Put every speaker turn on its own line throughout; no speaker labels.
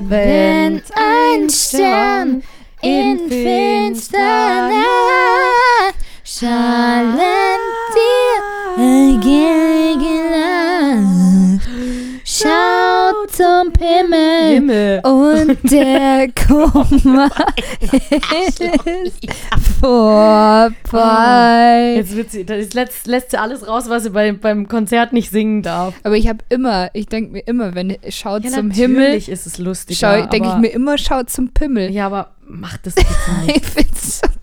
wenn ein Stern in finsterer Nacht schallend dir entgegenlag. Schaut zum Himmel Oh,
Himmel.
und der Kummer ist vorbei.
Jetzt wird sie, das lässt, lässt sie alles raus, was sie bei, beim Konzert nicht singen darf.
Aber ich habe immer, ich denke mir immer, wenn schaut zum Himmel,
natürlich ist es lustig.
denke ich mir immer, schaut zum Pimmel.
Ja, aber mach das bitte nicht.
Ich find's so geil.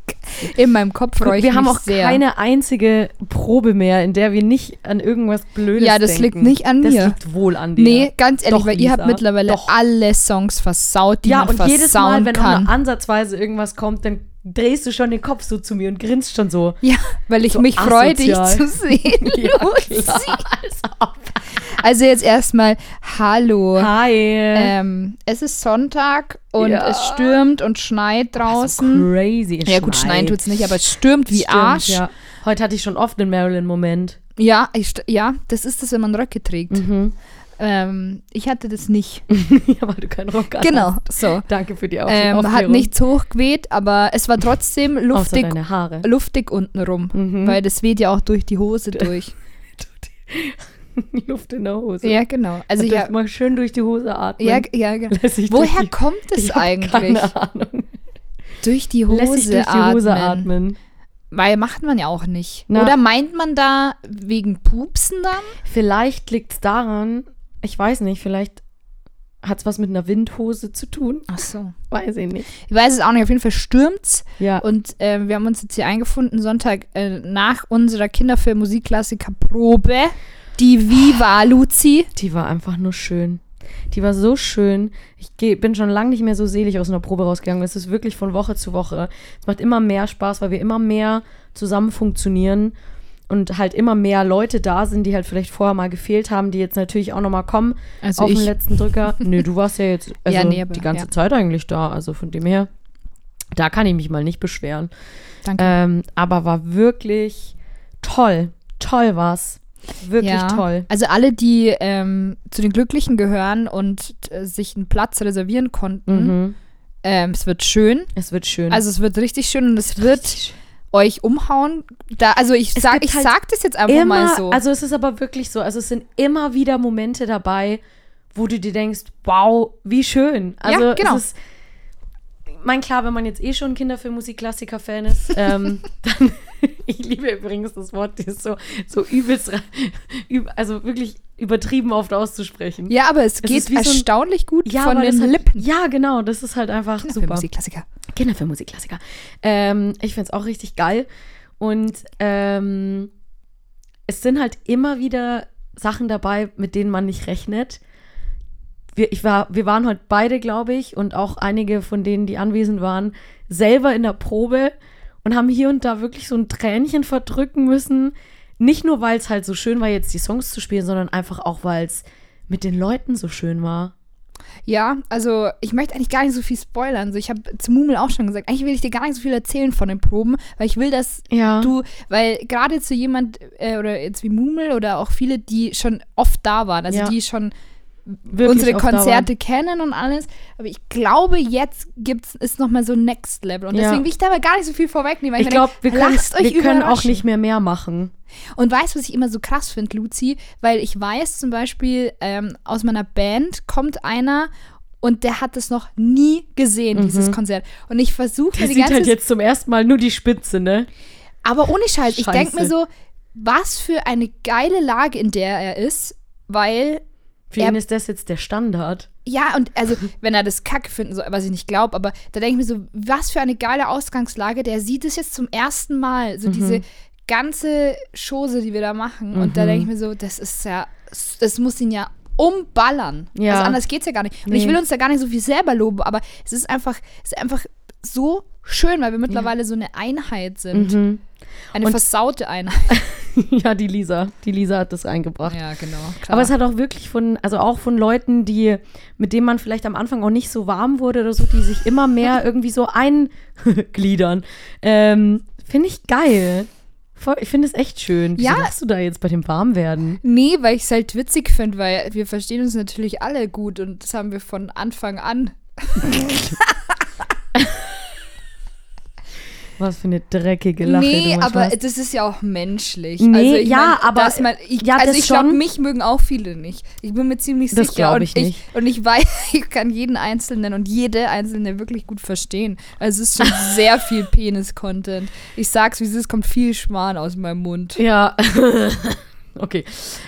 In meinem Kopf
Guck,
freue ich
wir
mich
haben auch
sehr.
keine einzige Probe mehr, in der wir nicht an irgendwas Blödes
Ja, das liegt
denken.
nicht an mir.
Das liegt wohl an dir.
Nee, ganz ehrlich,
Doch,
weil ihr habt
Lisa,
mittlerweile
doch.
alle Songs versaut, die
ja,
man
und
versauen
jedes Mal, wenn auch
kann.
nur ansatzweise irgendwas kommt, dann drehst du schon den Kopf so zu mir und grinst schon so.
Ja, weil ich
So
mich freue, dich zu
asozial.
sehen. Luzi.
Als ob.
Also jetzt erstmal Hallo.
Hi.
ähm, es ist Sonntag und
Ja.
es stürmt und schneit draußen.
So Also crazy.
ja gut, schneien tut's nicht, aber es stürmt wie
Stimmt,
Arsch. Ja,
Ja. Heute hatte ich schon oft einen Marilyn-Moment.
ich, st- ja, das ist das, wenn man Röcke trägt.
Mhm.
Ähm, ich hatte das nicht.
ja, weil du keinen Rock anhast.
Genau, so.
Danke für die Auf
Ähm,
Aufklärung.
hat nichts hochgeweht, aber es war trotzdem
Außer
luftig,
deine Haare.
luftig untenrum,
Mhm.
weil das weht ja auch durch die Hose durch.
Luft in der Hose.
ja, genau.
Also
Also ich
ja.
hab,
mal schön durch die Hose atmen.
ja, ja, genau.
Lässt sich durch
Woher
die-
kommt es
ich hab
eigentlich?
Keine Ahnung.
Durch die Hose,
Lässt sich durch die Hose
atmen.
atmen.
Weil macht man ja auch nicht.
Na.
Oder meint man da wegen Pupsen dann?
Vielleicht liegt es daran, ich weiß nicht, vielleicht hat es was mit einer Windhose zu tun.
Ach so.
Weiß ich nicht.
Ich weiß es auch nicht. Auf jeden Fall stürmt's.
Ja.
Und ähm, wir haben uns jetzt hier eingefunden, Sonntag äh, nach unserer Kinderfilm-Musikklassiker-Probe. Die Viva Luzi.
Die war einfach nur schön. Die war so schön. Ich geh, bin schon lange nicht mehr so selig aus einer Probe rausgegangen. Es ist wirklich von Woche zu Woche. Es macht immer mehr Spaß, weil wir immer mehr zusammen funktionieren und halt immer mehr Leute da sind, die halt vielleicht vorher mal gefehlt haben, die jetzt natürlich auch nochmal kommen
Also
auf
ich.
den letzten Drücker. Nö, du warst ja jetzt also
Ja, nee, aber,
die ganze
ja.
Zeit eigentlich da. Also von dem her, da kann ich mich mal nicht beschweren.
Danke.
Ähm, aber war wirklich toll. Toll war's. Wirklich toll.
Also alle, die ähm, zu den Glücklichen gehören und äh, sich einen Platz reservieren konnten,
Mhm.
ähm, es wird schön.
Es wird schön.
Also es wird richtig schön und es wird euch umhauen. Da, also ich
Es
sag,
gibt
ich
halt
sag das jetzt einfach
immer,
mal so.
also es ist aber wirklich so, also es sind immer wieder Momente dabei, wo du dir denkst, wow, wie schön. Also
Ja, genau.
es ist, ich meine, klar, wenn man jetzt eh schon Kinderfilmmusik-Klassiker-Fan ist, ähm, dann, ich liebe übrigens das Wort, das ist so, so übelst, re- üb- also wirklich übertrieben oft auszusprechen.
ja, aber es
ist
geht
wie so ein-
erstaunlich gut von
aber das
den
hat-
Lippen.
Ja, genau, das ist halt einfach super.
Musikklassiker.
Kinderfilmmusikklassiker. Ähm, ich finde es auch richtig geil. Und ähm, es sind halt immer wieder Sachen dabei, mit denen man nicht rechnet. Wir, ich war, wir waren heute beide, glaube ich, und auch einige von denen, die anwesend waren, selber in der Probe und haben hier und da wirklich so ein Tränchen verdrücken müssen. Nicht nur, weil es halt so schön war, jetzt die Songs zu spielen, sondern einfach auch, weil es mit den Leuten so schön war.
Ja, also ich möchte eigentlich gar nicht so viel spoilern. So, ich habe zu Mumel auch schon gesagt, eigentlich will ich dir gar nicht so viel erzählen von den Proben, weil ich will, dass
Ja.
du, weil gerade zu jemand äh, oder jetzt wie Mumel oder auch viele, die schon oft da waren, also
Ja.
die schon
Wirklich
unsere
oft da waren.
Konzerte kennen und alles, aber ich glaube, jetzt gibt's ist noch mal so Next Level und
Ja.
deswegen will ich da aber gar nicht so viel vorwegnehmen. weil
Ich
mir
glaube, wir
denk,
können,
lasst euch
wir können auch
überraschen.
nicht mehr mehr machen.
Und weißt du, was ich immer so krass finde, Luzi? Weil ich weiß zum Beispiel, ähm, aus meiner Band kommt einer und der hat es noch nie gesehen, dieses Konzert. Und ich versuche
Mhm. Der
die
sieht
ganze
halt jetzt zum ersten Mal nur die Spitze, ne?
Aber ohne Scheiß, ich
Scheiße.
denke mir so, was für eine geile Lage, in der er ist, weil.
Für
Er-
ihn ist das jetzt der Standard.
Ja, und also, wenn er das kacke finden soll, was ich nicht glaube, aber da denke ich mir so, was für eine geile Ausgangslage, der sieht es jetzt zum ersten Mal,
Mhm.
so diese ganze Chose, die wir da machen. Und da denke
Mhm.
ich mir so, das ist ja, das muss ihn ja umballern.
Ja.
Also anders geht's ja gar nicht. Und ich
Nee.
will uns da gar nicht so viel selber loben, aber es ist einfach, es ist einfach so schön, weil wir mittlerweile so eine Einheit sind. Eine
Mhm. Und-
versaute Einheit.
ja, die Lisa. Die Lisa hat das eingebracht.
Ja, genau.
Aber es hat auch wirklich von, also auch von Leuten, die, mit denen man vielleicht am Anfang auch nicht so warm wurde oder so, die sich immer mehr irgendwie so eingliedern. Ähm, Finde ich geil. Voll, ich finde es echt schön. Wieso
Ja.
lachst du da jetzt bei dem Warmwerden?
Nee, weil ich es halt witzig finde, weil wir verstehen uns natürlich alle gut und das haben wir von Anfang an.
Was für eine dreckige Lache.
nee,
du
aber
manchmal hast.
das ist ja auch menschlich.
Nee,
also ich
ja,
mein,
aber-
dass man, ich,
ja,
also
das
ich glaube,
schon.
mich mögen auch viele nicht. Ich bin mir ziemlich
Das
sicher
glaub
und
ich nicht.
und ich weiß, ich kann jeden einzelnen und jede einzelne wirklich gut verstehen. Also es ist schon sehr viel Penis-Content. Ich sag's, wie es ist, kommt viel Schmarrn aus meinem Mund.
Ja, okay.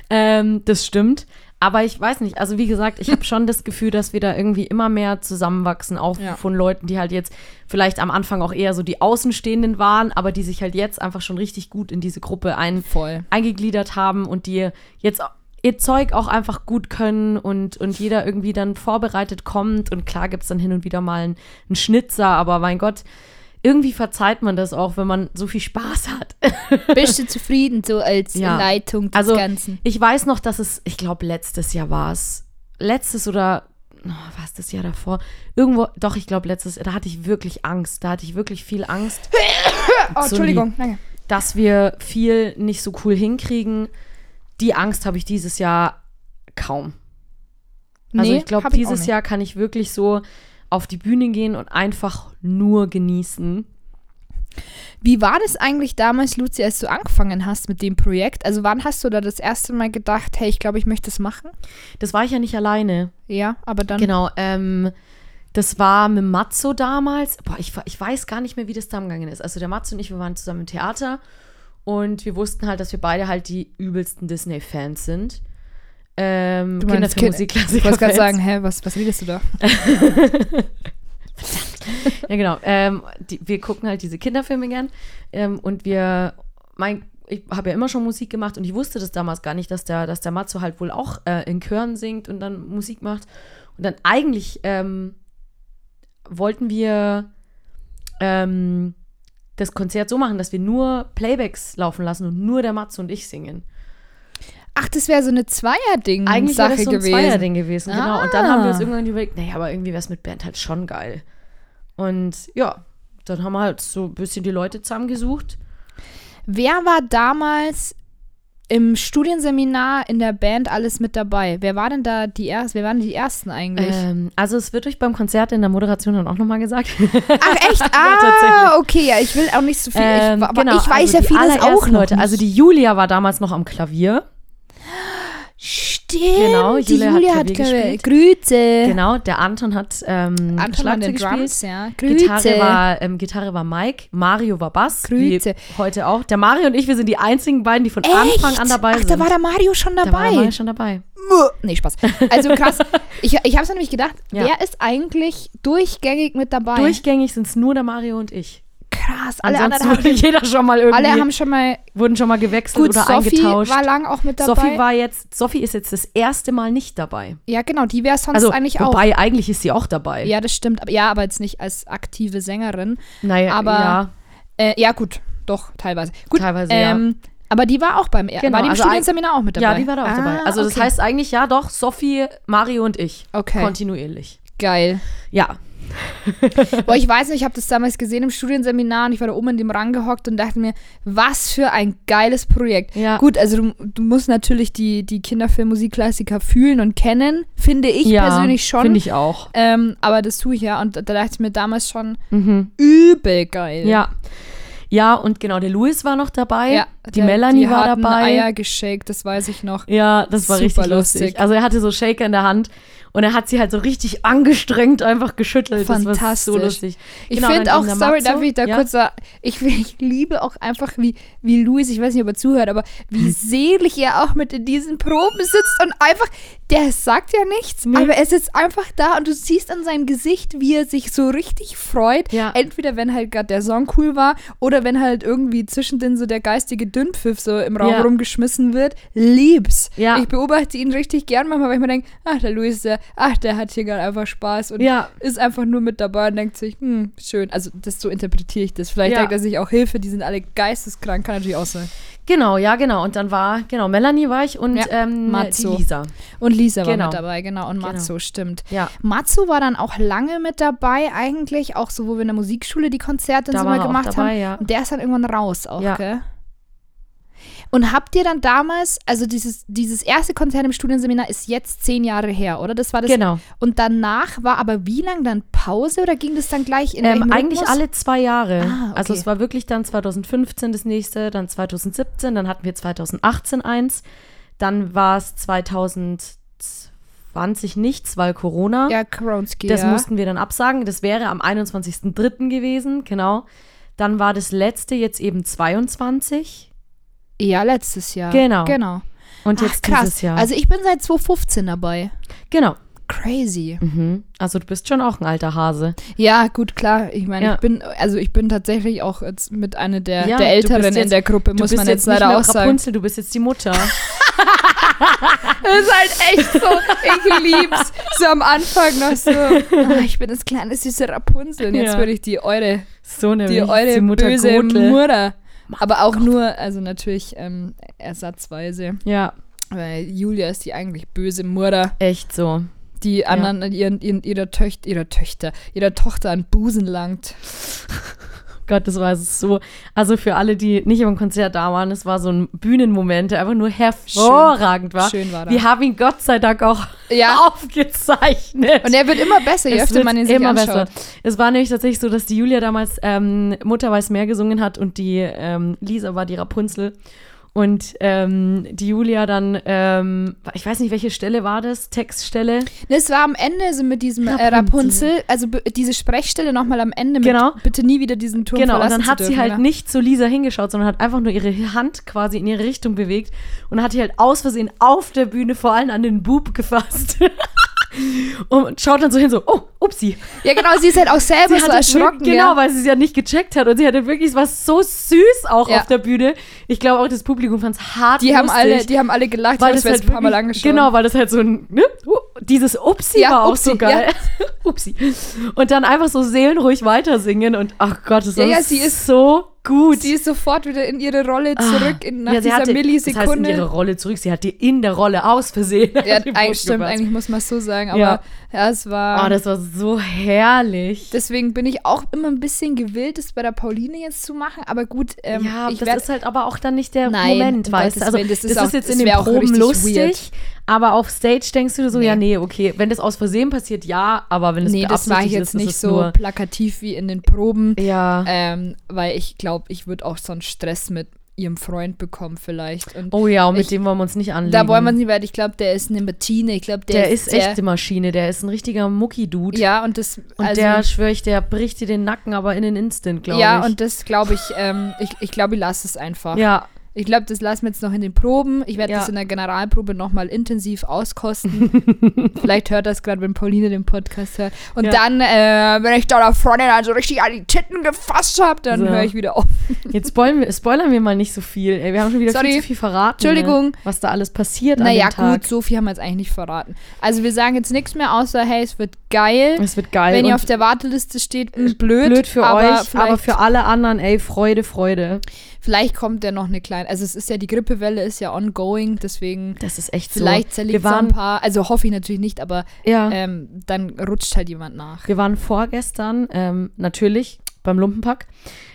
Ähm, das stimmt. Aber ich weiß nicht, also wie gesagt, ich habe schon das Gefühl, dass wir da irgendwie immer mehr zusammenwachsen, auch
Ja.
von Leuten, die halt jetzt vielleicht am Anfang auch eher so die Außenstehenden waren, aber die sich halt jetzt einfach schon richtig gut in diese Gruppe ein
Voll.
eingegliedert haben und die jetzt ihr Zeug auch einfach gut können und, und jeder irgendwie dann vorbereitet kommt. Und klar gibt es dann hin und wieder mal einen, einen Schnitzer, aber mein Gott, irgendwie verzeiht man das auch, wenn man so viel Spaß hat.
Bist du zufrieden so als
Ja.
Leitung des
Also
Ganzen?
ich weiß noch, dass es, ich glaube, letztes Jahr war es. Letztes oder oh, war es das Jahr davor? Irgendwo, doch, ich glaube, letztes, da hatte ich wirklich Angst. Da hatte ich wirklich viel Angst,
Oh,
so
Entschuldigung, danke.
dass wir viel nicht so cool hinkriegen. Die Angst habe ich dieses Jahr kaum. Also ich glaube,
hab auch
dieses
nicht.
Jahr kann ich wirklich so auf die Bühne gehen und einfach nur genießen.
Wie war das eigentlich damals, Luzi, als du angefangen hast mit dem Projekt? Also wann hast du da das erste Mal gedacht, hey, ich glaube, ich möchte das machen?
Das war ich ja nicht alleine.
Ja, aber dann.
Genau, ähm, das war mit Matzo damals. Boah, ich, ich weiß gar nicht mehr, wie das zusammengegangen ist. Also der Matzo und ich, wir waren zusammen im Theater und wir wussten halt, dass wir beide halt die übelsten Disney-Fans sind. Ähm,
Du meinst Kind- Ich wollte gerade
Musikklassiker-Fans.
sagen, hä, was, was redest du da?
Ja, genau. Ähm, die, wir gucken halt diese Kinderfilme gern. Ähm, und wir, mein, ich habe ja immer schon Musik gemacht und ich wusste das damals gar nicht, dass der, dass der Matzo halt wohl auch äh, in Chören singt und dann Musik macht. Und dann eigentlich ähm, wollten wir ähm, das Konzert so machen, dass wir nur Playbacks laufen lassen und nur der Matzo und ich singen.
Ach, das wäre so eine Zweierding-Sache
Eigentlich wäre das so ein
Mhm, gewesen.
Zweierding gewesen, genau. Und dann
Ah.
haben wir uns irgendwann überlegt, naja, aber irgendwie wäre es mit Band halt schon geil. Und ja, dann haben wir halt so ein bisschen die Leute zusammengesucht.
Wer war damals im Studienseminar in der Band alles mit dabei? Wer war denn da die ersten? Wer waren die ersten eigentlich?
Ähm, also es wird euch beim Konzert in der Moderation dann auch nochmal gesagt.
Ach echt? Ah,
tatsächlich.
okay, ja, ich will auch nicht so viel.
Ähm,
ich, aber
genau,
ich
also
weiß ja
die
vieles
allerersten
auch noch
Leute.
nicht.
Also die Julia war damals noch am Klavier.
Stimmt,
Genau,
die
Julia hat
Julia hat,
Klavier
Klavier
gespielt.
Grüße.
Genau, der Anton hat ähm,
Äh. Anton an
Schlagzeug
den
gespielt.
Drums, ja. Grüße.
Gitarre war, ähm, Gitarre war Mike, Mario war Bass. wie
Grüße.
Heute auch. Der Mario und ich, wir sind die einzigen beiden, die von
Echt?
Anfang an dabei
Ach,
sind.
da war der Mario schon
Da war
dabei.
der Mario schon dabei.
nee, Spaß. Also krass. ich ich habe es nämlich gedacht,
Ja.
wer ist eigentlich durchgängig mit dabei?
Durchgängig sind es nur der Mario und ich.
krass. Alle
Ansonsten
anderen
wurde
haben,
jeder schon mal irgendwie,
alle haben schon mal
wurden schon mal gewechselt
gut
oder
Sophie
eingetauscht.
war lang auch mit dabei.
Sophie war jetzt, Sophie ist jetzt das erste Mal nicht dabei.
ja, genau, die wäre sonst
Also
eigentlich auch.
wobei eigentlich ist sie auch dabei.
Ja, das stimmt. Aber, ja, aber jetzt nicht als aktive Sängerin.
naja,
aber-
ja,
Äh, ja, gut, doch, teilweise. Gut,
Teilweise, ja.
ähm, Aber die war auch beim
Genau,
war die im
also
Studienseminar auch mit dabei.
ja, die war da auch
Ah,
dabei. Also das
okay.
heißt eigentlich ja doch Sophie, Mario und ich
Okay.
kontinuierlich.
geil.
Ja,
Boah, ich weiß nicht, ich habe das damals gesehen im Studienseminar und ich war da oben in dem Rang gehockt und dachte mir, was für ein geiles Projekt.
Ja.
Gut, also du, du musst natürlich die, die Kinderfilmmusikklassiker fühlen und kennen, finde ich
ja
persönlich schon.
Finde ich auch.
Ähm, aber das tue ich ja und da dachte ich mir damals schon
Mhm.
übel geil.
Ja. Ja, und genau, der Louis war noch dabei.
Ja,
die
der-
Melanie
die
war
harten
dabei.
Eier geschickt, das weiß ich noch.
Ja, das war
Super
richtig lustig.
lustig.
Also er hatte so Shaker in der Hand und er hat sie halt so richtig angestrengt einfach geschüttelt. Das war so
Fantastisch.
lustig.
Ich
Genau,
finde
dann
auch,
ging der
sorry,
Matzo.
darf ich da
ja?
kurz sagen, ich, ich liebe auch einfach, wie, wie Louis, ich weiß nicht, ob er zuhört, aber
Hm.
wie selig er auch mit in diesen Proben sitzt und einfach, der sagt ja nichts,
Nee.
aber er sitzt einfach da und du siehst an seinem Gesicht, wie er sich so richtig freut.
Ja.
Entweder, wenn halt gerade der Song cool war oder wenn halt irgendwie zwischendrin so der geistige Dünnpfiff so im Raum
Ja.
rumgeschmissen wird. Lieb's.
Ja.
Ich beobachte ihn richtig gern manchmal, weil ich mir denke, ach, der Louis, der, ach, der hat hier gerade einfach Spaß und
Ja.
ist einfach nur mit dabei und denkt sich, hm, schön. Also das so interpretiere ich das. Vielleicht
Ja.
denkt er sich auch Hilfe, die sind alle geisteskrank, kann natürlich auch sein.
Genau, ja, genau. Und dann war, genau, Melanie war ich und
Ja,
ähm,
Matzo.
die Lisa.
Und Lisa war
Genau.
mit dabei, genau. Und Matzo, stimmt.
Ja.
Matzo war dann auch lange mit dabei, eigentlich, auch so, wo wir in der Musikschule die Konzerte
Da
so
war
mal
er auch
gemacht
dabei,
haben.
ja.
Und der ist dann irgendwann raus auch,
Ja.
gell? Und habt ihr dann damals, also dieses, dieses erste Konzert im Studienseminar ist jetzt zehn Jahre her, oder? Das war das.
Genau.
Und danach war aber wie lang dann Pause oder ging das dann gleich in
Ähm,
welchem
eigentlich
Rhythmus?
alle zwei Jahre.
Ah, okay.
Also es war wirklich dann 2015 das nächste, dann 2017, dann hatten wir 2018 eins, dann war es 2020 nichts, weil Corona.
Ja, Kronski.
Das
ja.
mussten wir dann absagen. Das wäre am 21.03. gewesen, genau. Dann war das letzte jetzt eben 22
ja, letztes Jahr.
Genau.
Genau.
und
Ach,
jetzt
krass.
dieses Jahr.
Also ich bin seit 2015 dabei.
genau.
Crazy.
Mhm. Also du bist schon auch ein alter Hase.
Ja, gut, klar. Ich meine,
Ja.
ich bin, also ich bin tatsächlich auch jetzt mit einer der,
Ja,
der
du
Älteren
bist
in
jetzt-
der Gruppe,
du
muss
bist
man
jetzt
jetzt
nicht
leider
mehr
auch sagen.
Rapunzel, du bist jetzt die Mutter.
Das ist halt echt so, ich lieb's. So am Anfang noch so, ah, ich bin das kleine süße Rapunzel und jetzt
Ja.
bin ich die eure,
So eine
die eure
die Mutter
böse
Gotel.
Mutter. Aber auch nur, also natürlich ähm, ersatzweise,
Ja,
weil Julia ist die eigentlich böse Mutter,
echt so.
die anderen ihren, ihren, ihrer, Töcht, ihrer Töchter, ihrer Tochter an Busen langt.
Gott, das war so. Also für alle, die nicht im Konzert da waren, es war so ein Bühnenmoment, der einfach nur hervorragend war.
Schön war das.
Wir haben ihn Gott sei Dank auch
Ja.
aufgezeichnet.
Und er wird immer besser, je
Es
öfter
wird
man ihn sich
immer
anschaut.
besser. Es war nämlich tatsächlich so, dass die Julia damals ähm, Mutter weiß mehr gesungen hat und die ähm, Lisa war die Rapunzel. Und ähm, die Julia dann, ähm, ich weiß nicht, welche Stelle war das, Textstelle.
Das war am Ende so mit diesem Rapunzel, äh,
Rapunzel.
Rapunzel also be- diese Sprechstelle nochmal am Ende mit
Genau.
bitte nie wieder diesen Turm
Genau, und
verlassen
dann hat
zu
sie
dürfen,
halt
ja.
nicht zu Lisa hingeschaut, sondern hat einfach nur ihre Hand quasi in ihre Richtung bewegt und hat die halt aus Versehen auf der Bühne vor allem an den Bub gefasst. und schaut dann so hin, so, oh, upsi.
Ja, genau, sie ist halt auch selber so
das
erschrocken.
wirklich- Genau,
ja.
weil sie es ja nicht gecheckt hat. Und sie hatte wirklich, es war so süß auch
Ja.
auf der Bühne. Ich glaube auch, das Publikum fand es hart
Die haben,
lustig,
alle, die haben alle gelacht,
weil
ich
das
habe
halt
es ein paar Mal
wirklich-
angeschaut.
Genau, weil das halt so ein, ne, uh, dieses Upsi
Ja,
war auch
Upsi,
so geil. Upsi. Und dann einfach so seelenruhig weitersingen und ach Gott, das
Ja,
war
ja, sie ist-
so gut.
Sie ist sofort wieder in ihre Rolle zurück, in, nach
Ah. ja, sie
dieser
hatte, Das heißt, in
Millisekunde.
ihre Rolle zurück. Sie hat die in der Rolle aus Versehen.
ja,
an den Boden
eigentlich, stimmt,
gepasst.
eigentlich muss man es so sagen, aber ja.
Ja.
es war.
Oh, das war so herrlich.
deswegen bin ich auch immer ein bisschen gewillt, das bei der Pauline jetzt zu machen, aber gut, ähm,
ja,
ich
das
werd-
ist halt aber auch dann nicht der
Nein,
Moment,
um
weißt
Gottes
du? Also,
Willen,
das ist,
das ist auch-
jetzt
das
in den
wär auch
Proben
richtig
lustig,
weird.
aber auf Stage denkst du dir so,
Nee.
ja, nee, okay, wenn das aus Versehen passiert, ja, aber wenn es
Nee, das war ich
beabsichtigt
jetzt
ist,
nicht
ist es
so
Nur, Äh,
plakativ wie in den Proben.
ja.
Ähm, weil ich glaube, ich würde auch so einen Stress mit ihrem Freund bekommen vielleicht. Und
oh ja, und mit
ich-
dem wollen wir uns nicht anlegen.
da wollen wir nicht weiter. Ich glaube, der ist eine Martine. Ich glaube, der,
der ist
sehr-
echte Maschine, der ist ein richtiger Mucki-Dude.
Ja, und das.
Und
also,
der, schwöre ich, der bricht dir den Nacken, aber in den Instant, glaube
ja,
ich.
und das glaube ich, ähm, ich, ich glaube, ich lasse es einfach.
ja,
Ich glaube, das lassen wir jetzt noch in den Proben. Ich werde
Ja.
das in der Generalprobe nochmal intensiv auskosten. Vielleicht hört das gerade, wenn Pauline den Podcast hört. Und
Ja.
dann, äh, wenn ich da der Freundin also richtig an die Titten gefasst habe, dann
So.
höre ich wieder auf.
Jetzt spoilern wir, spoilern wir mal nicht so viel. Ey, wir haben schon wieder
Sorry.
viel zu viel verraten.
Entschuldigung.
Ne? Was da alles passiert
Naja,
an dem Tag.
gut, so viel haben wir jetzt eigentlich nicht verraten. Also wir sagen jetzt nichts mehr, außer hey, es wird geil.
Es wird geil.
Wenn ihr
und
auf der Warteliste steht, mh, blöd,
blöd für
aber
euch,
vielleicht,
aber für alle anderen, ey, Freude, Freude.
vielleicht kommt ja noch eine kleine. Also es ist ja die Grippewelle ist ja ongoing, deswegen
Das ist echt
vielleicht
so.
zerlegt
Wir
so ein
waren,
paar. Also hoffe ich natürlich nicht, aber
ja,
ähm, dann rutscht halt jemand nach.
wir waren vorgestern, ähm, natürlich, beim Lumpenpack.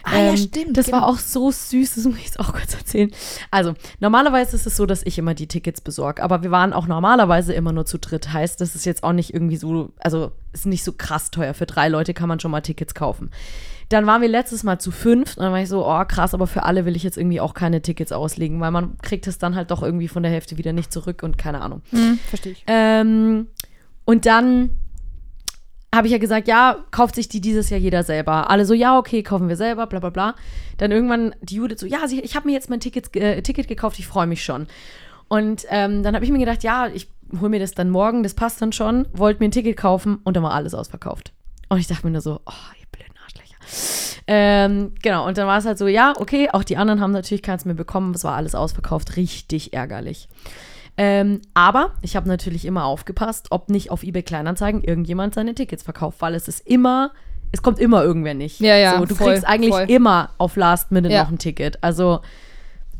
Ah, ja,
Ähm,
stimmt,
Das war
genau.
auch so süß, das muss ich jetzt auch kurz erzählen. Also, normalerweise ist es so, dass ich immer die Tickets besorge, aber wir waren auch normalerweise immer nur zu dritt. Heißt, das ist jetzt auch nicht irgendwie so, also ist nicht so krass teuer. Für drei Leute kann man schon mal Tickets kaufen. Dann waren wir letztes Mal zu fünf und dann war ich so, oh krass, aber für alle will ich jetzt irgendwie auch keine Tickets auslegen, weil man kriegt es dann halt doch irgendwie von der Hälfte wieder nicht zurück und keine Ahnung.
Hm, verstehe ich.
Ähm, und dann habe ich ja gesagt, ja, kauft sich die dieses Jahr jeder selber. Alle so, ja, okay, kaufen wir selber, bla bla bla. Dann irgendwann die Judith so, ja, sie, ich habe mir jetzt mein Ticket, äh, Ticket gekauft, ich freue mich schon. Und ähm, dann habe ich mir gedacht, ja, ich hole mir das dann morgen, das passt dann schon, wollte mir ein Ticket kaufen und dann war alles ausverkauft. Und ich dachte mir nur so, oh, ihr blöden Arschlöcher. Ähm, genau, und dann war es halt so, ja, okay, auch die anderen haben natürlich keins mehr bekommen, es war alles ausverkauft, richtig ärgerlich. Ähm, aber ich habe natürlich immer aufgepasst, ob nicht auf eBay Kleinanzeigen irgendjemand seine Tickets verkauft, weil es ist immer, es kommt immer irgendwer nicht.
Ja, ja,
So, du
voll,
kriegst eigentlich
voll.
immer auf Last Minute
Ja.
noch ein Ticket. Also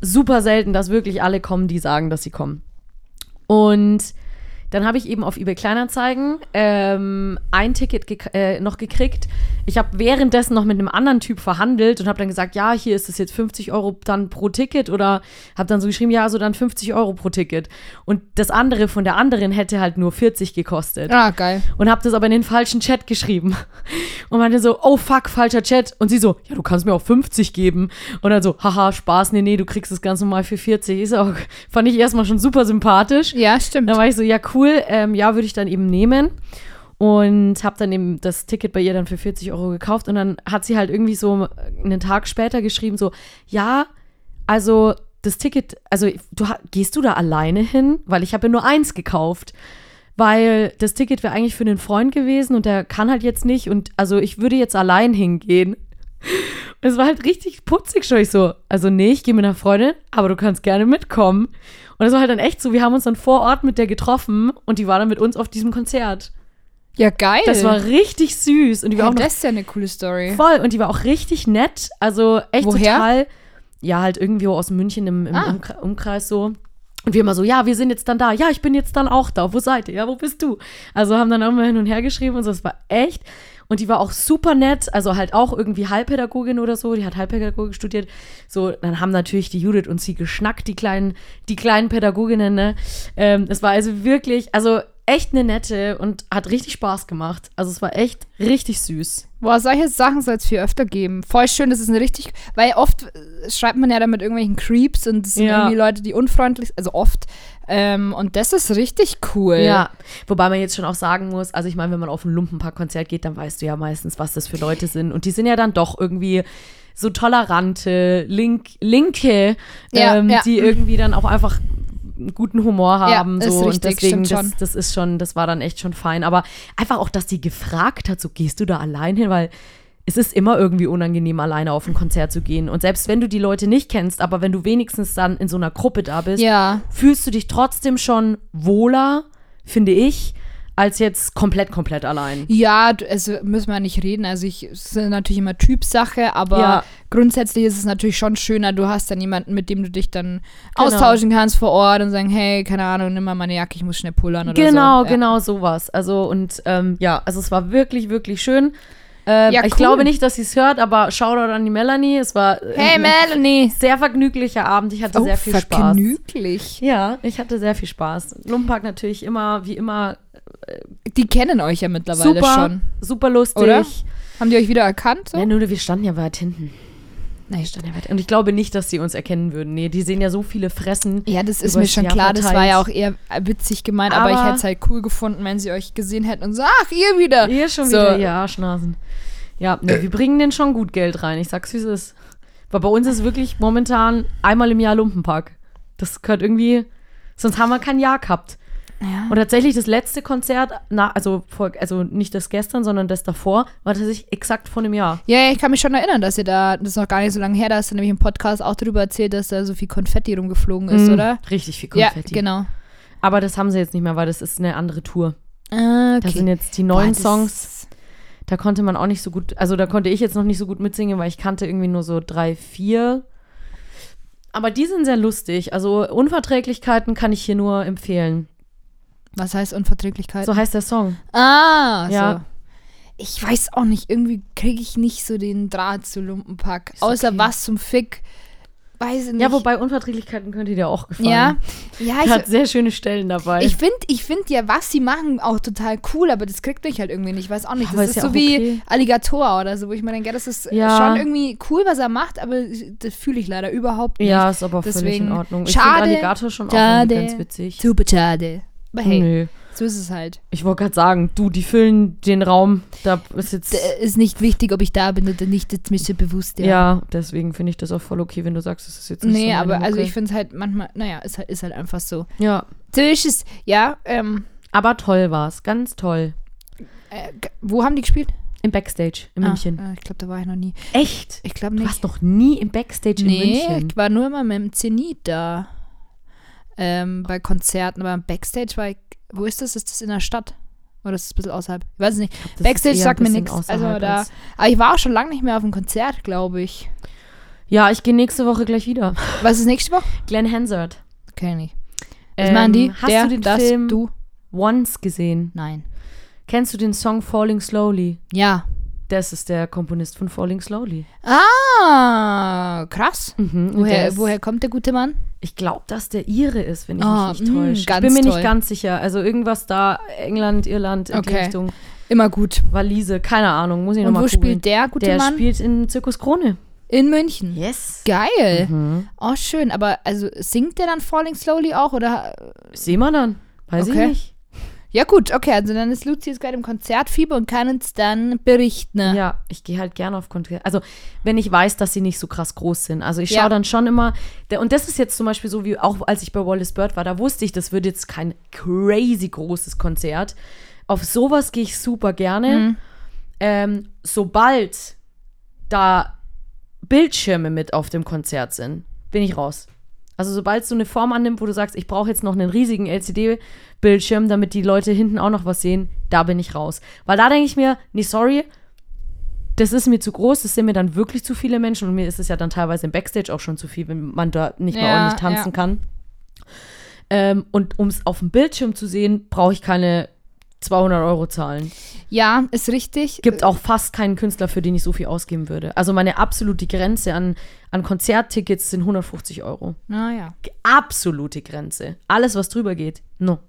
super selten, dass wirklich alle kommen, die sagen, dass sie kommen. Und Dann habe ich eben auf eBay Kleinanzeigen ähm, ein Ticket gek äh, noch gekriegt. Ich habe währenddessen noch mit einem anderen Typ verhandelt und habe dann gesagt, ja, hier ist es jetzt 50 Euro dann pro Ticket oder habe dann so geschrieben, ja, so dann 50 Euro pro Ticket. Und das andere von der anderen hätte halt nur 40 gekostet
Ah, geil.
und habe das aber in den falschen Chat geschrieben. Und meinte so, oh fuck, falscher Chat. Und sie so, ja, du kannst mir auch 50 geben. Und dann so, haha, Spaß, nee, nee, du kriegst das ganz normal für 40. Ist auch, fand ich erstmal schon super sympathisch.
Ja, stimmt.
Dann war ich so, ja, cool, ähm, ja, würde ich dann eben nehmen. Und habe dann eben das Ticket bei ihr dann für 40 Euro gekauft. Und dann hat sie halt irgendwie so einen Tag später geschrieben, so, ja, also das Ticket, also du, ha- gehst du da alleine hin? Weil ich habe ja nur eins gekauft. Weil das Ticket wäre eigentlich für einen Freund gewesen und der kann halt jetzt nicht. Und also ich würde jetzt allein hingehen. Es war halt richtig putzig schon. Ich so, also nee, ich gehe mit einer Freundin, aber du kannst gerne mitkommen. Und das war halt dann echt so, wir haben uns dann vor Ort mit der getroffen und die war dann mit uns auf diesem Konzert.
ja, geil.
Das war richtig süß und die war
ja,
auch noch
das ist ja eine coole Story.
voll und die war auch richtig nett. Also echt
Woher?
total, ja, halt irgendwie aus München im, im
Ah.
Umkre- Umkreis so. Und wir immer so, ja, wir sind jetzt dann da. Ja, ich bin jetzt dann auch da. Wo seid ihr? Ja, wo bist du? Also haben dann auch mal hin und her geschrieben und so. Das war echt. Und die war auch super nett. Also halt auch irgendwie Heilpädagogin oder so. Die hat Heilpädagogik studiert. So, dann haben natürlich die Judith und sie geschnackt, die kleinen, die kleinen Pädagoginnen, ne? Ähm, es war also wirklich, also echt eine nette und hat richtig Spaß gemacht. Also es war echt richtig süß.
Boah, solche Sachen soll es viel öfter geben. Voll schön, das ist eine richtig. Weil oft äh, schreibt man ja da mit irgendwelchen Creeps und es sind
Ja.
irgendwie Leute, die unfreundlich sind. Also oft. Ähm, und das ist richtig cool.
Ja, wobei man jetzt schon auch sagen muss, also ich meine, wenn man auf ein Lumpenpark-Konzert geht, dann weißt du ja meistens, was das für Leute sind. Und die sind ja dann doch irgendwie so tolerante, link, linke,
Ja,
ähm,
ja.
die irgendwie dann auch einfach einen guten Humor
Ja,
haben.
ist
so. Und
richtig,
deswegen,
stimmt
das,
schon.
das ist schon, das war dann echt schon fein. Aber einfach auch, dass die gefragt hat, so gehst du da allein hin, weil es ist immer irgendwie unangenehm, alleine auf ein Konzert zu gehen. Und selbst wenn du die Leute nicht kennst, aber wenn du wenigstens dann in so einer Gruppe da bist,
Ja.
fühlst du dich trotzdem schon wohler, finde ich, als jetzt komplett, komplett allein.
Ja, d- also müssen wir nicht reden. Also ich es ist natürlich immer Typsache, aber
Ja.
grundsätzlich ist es natürlich schon schöner. Du hast dann jemanden, mit dem du dich dann
Genau.
austauschen kannst vor Ort und sagen, hey, keine Ahnung, nimm mal meine Jacke, ich muss schnell pullern oder
genau,
so. Ja.
genau sowas. Also und ähm, ja, also es war wirklich, wirklich schön. Ähm,
Ja,
ich
cool.
glaube nicht, dass sie es hört, aber Shoutout an die Melanie. Es war äh,
Hey
ein
Melanie.
sehr vergnüglicher Abend. Ich hatte
Oh,
sehr viel Spaß.
vergnüglich.
Ja, ich hatte sehr viel Spaß. Lumpenpark natürlich immer, wie immer,
Die kennen euch ja mittlerweile
super,
schon.
super lustig.
Oder? Haben die euch wieder erkannt? So?
Ja, nur wir standen ja weit hinten.
Nein,
Standen ja weit. Und ich glaube nicht, dass sie uns erkennen würden. Nee, die sehen ja so viele Fressen.
Ja, das ist
Übers
mir schon
Jahr
klar. Das war ja auch
verteilt.
eher witzig gemeint, aber, ich
Aber-
hätte es halt cool gefunden, wenn sie euch gesehen hätten und so, ach, ihr wieder.
Ihr schon
so.
wieder, ihr Arschnasen. Ja, nee, wir bringen denen schon gut Geld rein. Ich sag's, wie es ist. Weil bei uns ist wirklich momentan einmal im Jahr Lumpenpack. Das gehört irgendwie. Sonst haben wir kein Jahr gehabt.
Ja.
Und tatsächlich das letzte Konzert, na, also, vor, also nicht das gestern, sondern das davor, war tatsächlich exakt vor einem Jahr.
Ja, ja, ich kann mich schon erinnern, dass ihr da, das ist noch gar nicht so lange her, da hast du nämlich im Podcast auch darüber erzählt, dass da so viel Konfetti rumgeflogen ist, oder?
Mhm. Richtig viel Konfetti.
Ja, genau.
Aber das haben sie jetzt nicht mehr, weil das ist eine andere Tour.
Ah,
Da
Okay.
sind jetzt die
Boah,
neuen
das-
Songs. Da konnte man auch nicht so gut, also da konnte ich jetzt noch nicht so gut mitsingen, weil ich kannte irgendwie nur so drei, vier. Aber die sind sehr lustig. Also Unverträglichkeiten kann ich hier nur empfehlen.
Was heißt Unverträglichkeit?
So heißt der Song.
Ah, so.
Ja.
Ich weiß auch nicht, irgendwie kriege ich nicht so den Draht zu Lumpenpack.
Ist
Außer
okay.
was zum Fick. Weiß ich nicht.
Ja, wobei Unverträglichkeiten könnte dir auch gefallen.
Ja, ja
Er hat
ich,
sehr schöne Stellen dabei.
ich finde ich find ja, was sie machen, auch total cool, aber das kriegt mich halt irgendwie nicht. Ich weiß auch
Ja,
nicht. Das
aber
ist,
ist ja
so
auch
wie
okay.
Alligator oder so, wo ich mir denke, ja, das ist
Ja.
schon irgendwie cool, was er macht, aber das fühle ich leider überhaupt nicht.
ja, ist aber völlig
Deswegen-
in Ordnung. ich
Schade.
finde Alligator schon auch
Schade.
irgendwie ganz witzig.
Super schade. Aber hey,
Nö.
so ist es halt.
Ich wollte gerade sagen, du, die füllen den Raum. Da ist jetzt.
D ist nicht wichtig, ob ich da bin oder nicht, das ist mir schon bewusst.
äh, ja. deswegen finde ich das auch voll okay, wenn du sagst, es ist jetzt nicht so
Nee,
meine
aber also
Mucke.
ich finde es halt manchmal, naja, ist halt, ist halt einfach so.
Ja.
So ist es, ja, ähm,
Aber toll war's. Ganz toll.
äh, g- wo haben die gespielt?
Im Backstage in München.
Ah, äh, ich glaube, da war ich noch nie.
Echt?
Ich glaube
Du
nicht.
warst noch nie im Backstage
nee,
in München.
ich war nur immer mit dem Zenit da. Ähm, bei Konzerten, aber im Backstage war ich, wo ist das? Ist das in der Stadt? Oder ist das ein bisschen außerhalb? Ich weiß es nicht.
ist
Backstage
eher ein
sagt mir
bisschen
nichts.
außerhalb
Also da,
als-
aber ich war auch schon lange nicht mehr auf einem Konzert, glaube ich.
Ja, ich gehe nächste Woche gleich wieder.
Was ist nächste Woche?
Glenn Hansard.
Kenn ich. nicht. Was
Ähm,
machen die?
Hast
Der,
du den
das,
Film?
du.
Once gesehen?
Nein.
Kennst du den Song Falling Slowly?
Ja.
Das ist der Komponist von Falling Slowly.
Ah, krass.
Mhm, der
Woher,
ist-
woher kommt der gute Mann?
Ich glaube, dass der Ihre ist, wenn ich
Ah,
mich nicht
mh,
täusche. Ich
ganz
bin mir
toll.
nicht ganz sicher. Also irgendwas da, England, Irland, in die
Okay.
Richtung.
Immer gut.
Walise, keine Ahnung, muss ich
Und
nochmal
wo
googeln.
spielt der gute
Der
Mann?
spielt in Zirkus Krone.
In München.
Yes.
Geil.
Mhm.
Oh, schön. Aber also singt der dann Falling Slowly auch? Oder
Sehen wir dann. Weiß
Okay.
ich nicht.
Ja, gut, okay, also dann ist Luzi jetzt gerade im Konzertfieber und kann uns dann berichten. ne?
Ja, ich gehe halt gerne auf Konzerte. Also, wenn ich weiß, dass sie nicht so krass groß sind. Also, ich schaue
Ja.
dann schon immer. Der, und das ist jetzt zum Beispiel so, wie auch als ich bei Wallace Bird war, da wusste ich, das wird jetzt kein crazy großes Konzert. Auf sowas gehe ich super gerne.
Mhm.
Ähm, sobald da Bildschirme mit auf dem Konzert sind, bin ich raus. Also sobald es so eine Form annimmt, wo du sagst, ich brauche jetzt noch einen riesigen LCD-Bildschirm, damit die Leute hinten auch noch was sehen, da bin ich raus. Weil da denke ich mir, nee, sorry, das ist mir zu groß, das sind mir dann wirklich zu viele Menschen und mir ist es ja dann teilweise im Backstage auch schon zu viel, wenn man da nicht mehr
Ja,
ordentlich tanzen
ja.
kann. Ähm, und um es auf dem Bildschirm zu sehen, brauche ich keine 200 Euro zahlen
Ja, ist richtig.
gibt auch fast keinen Künstler, für den ich so viel ausgeben würde. Also meine absolute Grenze an, an Konzerttickets sind 150 Euro.
Naja.
Absolute Grenze. Alles, was drüber geht, no.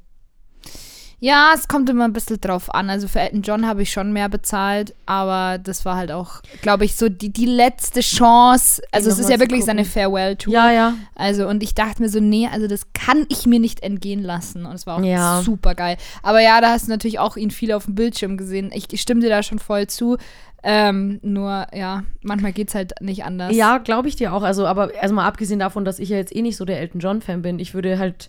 Ja, es kommt immer ein bisschen drauf an. Also für Elton John habe ich schon mehr bezahlt, aber das war halt auch, glaube ich, so die, die letzte Chance. Also
noch
es ist
mal
ja
zu
wirklich seine
gucken.
Farewell-Tour.
Ja, ja.
Also und ich dachte mir so, nee, also das kann ich mir nicht entgehen lassen. Und es war auch
Ja.
super geil. Aber ja, da hast du natürlich auch ihn viel auf dem Bildschirm gesehen. Ich, ich stimme dir da schon voll zu. Ähm, nur, ja, manchmal geht es halt nicht anders.
Ja, glaube ich dir auch. Also, aber erstmal abgesehen davon, dass ich ja jetzt eh nicht so der Elton John-Fan bin, ich würde halt.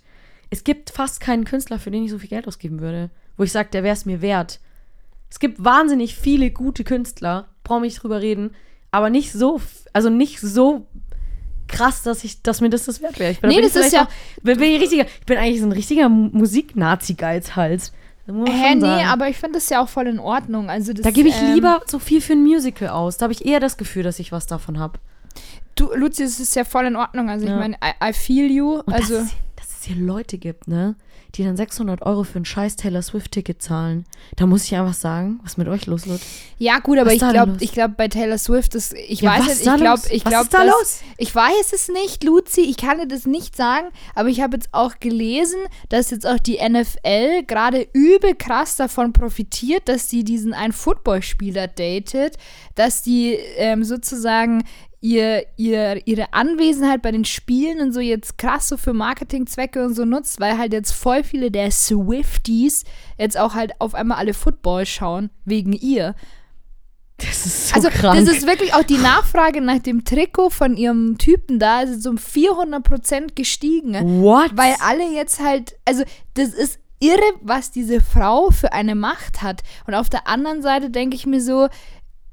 Es gibt fast keinen Künstler, für den ich so viel Geld ausgeben würde. Wo ich sage, der wäre es mir wert. Es gibt wahnsinnig viele gute Künstler, brauche ich drüber reden, aber nicht so, f- also nicht so krass, dass ich, dass mir das das wert wäre. Ich bin,
Nee,
bin ich
das ist
vielleicht
ja-
Auch, bin, bin ich, richtiger, ich bin eigentlich so ein richtiger Mu- Musik-Nazi-Geiz halt. Das muss man
Hä,
schon
nee,
sagen.
aber ich finde das ja auch voll in Ordnung. Also das,
Da gebe ich
ähm,
lieber so viel für ein Musical aus. Da habe ich eher das Gefühl, dass ich was davon habe.
Du, Luzi, es ist ja voll in Ordnung. Also
Ja.
ich meine, I, I feel you.
Und
also,
dass, es, dass es hier Leute gibt, ne, die dann 600 Euro für ein scheiß Taylor Swift-Ticket zahlen. Da muss ich einfach sagen, was ist mit euch los, Leute?
ja gut, aber
Was
ich
da denn
glaube,
los?
ich glaube bei Taylor Swift ist, ich
Ja,
weiß
was
jetzt,
da
ich glaube,
los?
ich
Was
glaube,
ist da
dass-
los?
ich weiß es nicht, Luzi, ich kann dir das nicht sagen, aber ich habe jetzt auch gelesen, dass jetzt auch die NFL gerade übel krass davon profitiert, dass sie diesen einen Footballspieler datet, dass die ähm, sozusagen ihr, ihr, ihre Anwesenheit bei den Spielen und so jetzt krass so für Marketingzwecke und so nutzt, weil halt jetzt voll viele der Swifties jetzt auch halt auf einmal alle Football schauen wegen ihr
Das ist so
also
krank.
das ist wirklich auch die Nachfrage nach dem Trikot von ihrem Typen da ist jetzt um 400 Prozent gestiegen,
What?
weil alle jetzt halt, also das ist irre, was diese Frau für eine Macht hat. Und auf der anderen Seite denke ich mir so,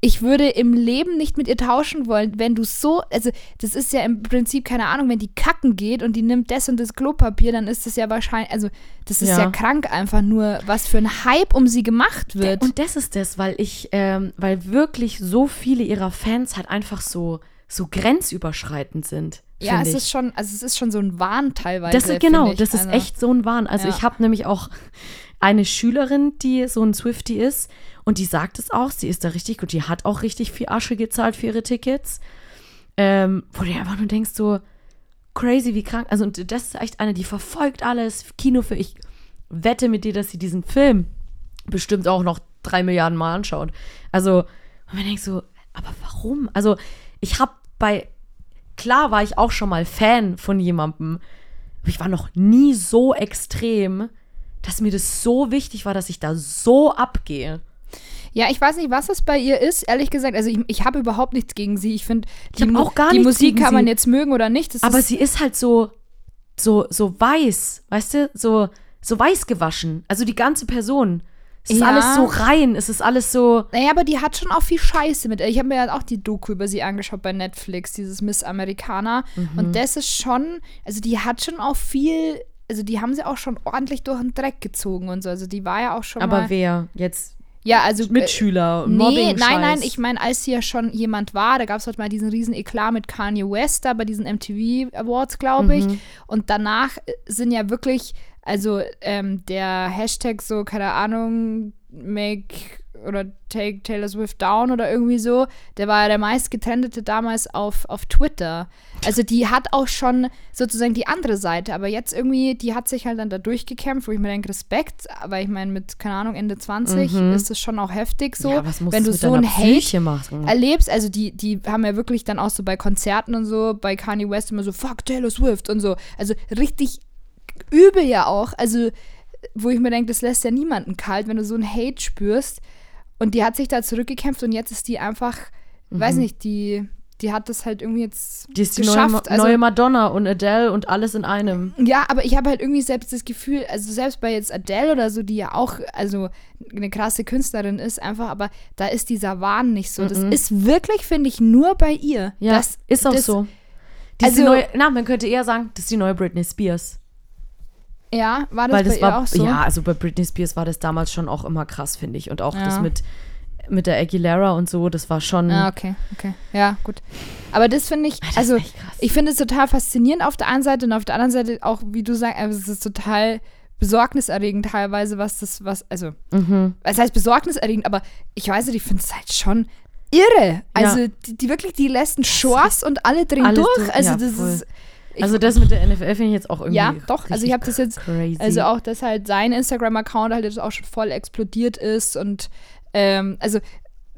ich würde im Leben nicht mit ihr tauschen wollen, wenn du so, also das ist ja im Prinzip keine Ahnung, wenn die kacken geht und die nimmt das und das Klopapier, dann ist das ja wahrscheinlich, also das ist ja,
Ja.
krank einfach nur, was für ein Hype um sie gemacht wird.
Und das ist das, weil ich, ähm, weil wirklich so viele ihrer Fans halt einfach so, so grenzüberschreitend sind.
Ja,
find
es
ich.
ist schon, also es ist schon so ein Wahn teilweise.
Das ist
find
genau,
ich.
das ist
also,
echt so ein Wahn. Also
Ja.
ich habe nämlich auch eine Schülerin, die so ein Swifty ist und die sagt es auch, sie ist da richtig gut, die hat auch richtig viel Asche gezahlt für ihre Tickets. Ähm, wo du dir einfach nur denkst, so crazy, wie krank. Also und das ist echt eine, die verfolgt alles, Kino für ich wette mit dir, dass sie diesen Film bestimmt auch noch drei Milliarden Mal anschaut. Also, und man denkt so, aber warum? Also ich habe bei, klar war ich auch schon mal Fan von jemandem, aber ich war noch nie so extrem, dass mir das so wichtig war, dass ich da so abgehe.
Ja, ich weiß nicht, was es bei ihr ist, ehrlich gesagt. Also ich, ich habe überhaupt nichts gegen sie. Ich finde, die,
hab
Mu-
auch gar
die
nichts
Musik
gegen
kann man
sie.
jetzt mögen oder nicht. Das
Aber
ist,
sie ist halt so, so, so weiß, weißt du, so, so weiß gewaschen. Also die ganze Person. Es ist
Ja.
alles so rein, es ist alles so.
naja, aber die hat schon auch viel Scheiße mit. ihr. Ich habe mir ja auch die Doku über sie angeschaut bei Netflix, dieses Miss Americana.
Mhm.
Und das ist schon, also die hat schon auch viel, also die haben sie auch schon ordentlich durch den Dreck gezogen und so. Also die war ja auch schon mal.
Aber wer? Jetzt
ja, also äh,
Mitschüler, Mobbing.
Nee, nein, nein,
Scheiß.
ich meine, als sie ja schon jemand war, da gab es halt mal diesen riesen Eklat mit Kanye West da bei diesen MTV Awards, glaube ich. Und danach äh, sind ja wirklich Also ähm, der Hashtag so, keine Ahnung, make oder take Taylor Swift down oder irgendwie so, der war ja der meistgetrendete damals auf, auf Twitter. Also die hat auch schon sozusagen die andere Seite, aber jetzt irgendwie, die hat sich halt dann da durchgekämpft, wo ich mir denke, Respekt, aber ich meine, mit, keine Ahnung, Ende 20
Mhm.
ist das schon auch heftig so,
ja, was musst
wenn du
mit
so
deiner
ein Hate
Psyche machen?
erlebst, also die, die haben ja wirklich dann auch so bei Konzerten und so, bei Kanye West immer so, fuck Taylor Swift und so. Also richtig übel ja auch. Also, wo ich mir denke, das lässt ja niemanden kalt, wenn du so einen Hate spürst. Und die hat sich da zurückgekämpft und jetzt ist die einfach, weiß nicht, die, die hat das halt irgendwie jetzt
Mhm. Die ist die neue, Ma-
geschafft. also,
neue Madonna und Adele und alles in einem.
ja, aber ich habe halt irgendwie selbst das Gefühl, also selbst bei jetzt Adele oder so, die ja auch also eine krasse Künstlerin ist, einfach, aber da ist dieser Wahn nicht so. Das ist wirklich, finde ich, nur bei ihr.
Mhm. Ja,
das
ist auch
das,
so. Die ist die
also-
neue, na, man könnte eher sagen, das ist die neue Britney Spears.
Ja, war das
Weil
bei
das
ihr
war,
auch so?
ja, also bei Britney Spears war das damals schon auch immer krass, finde ich. Und auch
Ja.
das mit, mit der Aguilera und so, das war schon,
Ah, okay, okay. Ja, gut. Aber das finde ich,
ist
also
Ah, echt krass.
ich finde es total faszinierend auf der einen Seite und auf der anderen Seite auch, wie du sagst, also es ist total besorgniserregend teilweise, was das, was, also,
Mhm.
es heißt besorgniserregend, aber ich weiß nicht, ich finde es halt schon irre. Also die, die wirklich, die lässt einen Schors und alle drehen
Alles
durch.
durch,
Also
ja,
das
voll.
ist, ich-
also das mit der NFL finde ich jetzt auch irgendwie
Ja, doch. Also ich
richtig
habe das jetzt,
crazy.
also auch, dass halt sein Instagram-Account halt jetzt auch schon voll explodiert ist und, ähm, also,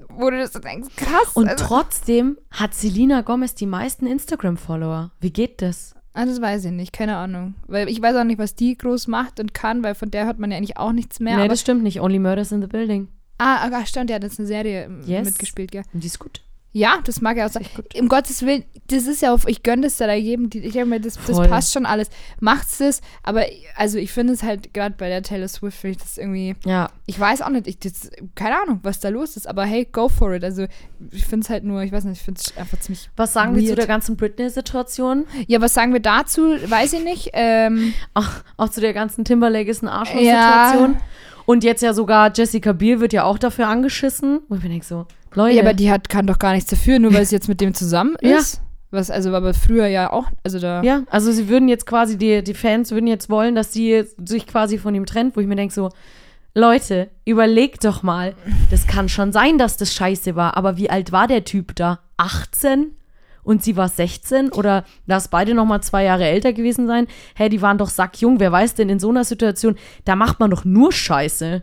wo du das so denkst, krass.
Und
also,
trotzdem hat Selena Gomez die meisten Instagram-Follower. Wie geht das?
Ah, das weiß ich nicht, keine Ahnung. Weil ich weiß auch nicht, was die groß macht und kann, weil von der hört man ja eigentlich auch nichts mehr.
nee,
aber,
das stimmt nicht. Only Murders in the Building.
ah, ah, stimmt, der hat jetzt eine Serie ähm,
Yes.
mitgespielt, gell?
Und die ist gut.
Ja, das mag ja auch sein. Um Gottes Willen, das ist ja auf, ich gönne das ja da jedem, die, ich denke mir, das, das
Voll.
passt schon alles. Macht's das, aber also ich finde es halt gerade bei der Taylor Swift, finde ich das irgendwie,
Ja.
ich weiß auch nicht, ich, das, keine Ahnung, was da los ist, aber hey, go for it. Also ich finde es halt nur, ich weiß nicht, ich finde es einfach ziemlich.
Was sagen wir zu
Weird.
der ganzen Britney-Situation?
Ja, was sagen wir dazu? Weiß ich nicht. Ähm,
Auch, auch zu der ganzen Timberlake ist ein Arschloch-Situation.
Ja.
Und jetzt ja sogar Jessica Biel wird ja auch dafür angeschissen. Und ich bin so, Leute.
Ja, aber die hat, kann doch gar nichts dafür, nur weil sie jetzt mit dem zusammen
Oh Ja.
ist. Was, also war aber früher ja auch, also da.
ja, also sie würden jetzt quasi, die, die Fans würden jetzt wollen, dass sie sich quasi von ihm trennt, wo ich mir denke so, Leute, überlegt doch mal, das kann schon sein, dass das scheiße war, aber wie alt war der Typ da? 18? Und sie war 16 oder lass beide noch mal zwei Jahre älter gewesen sein. Hey, die waren doch sackjung. Wer weiß denn in so einer Situation, da macht man doch nur Scheiße.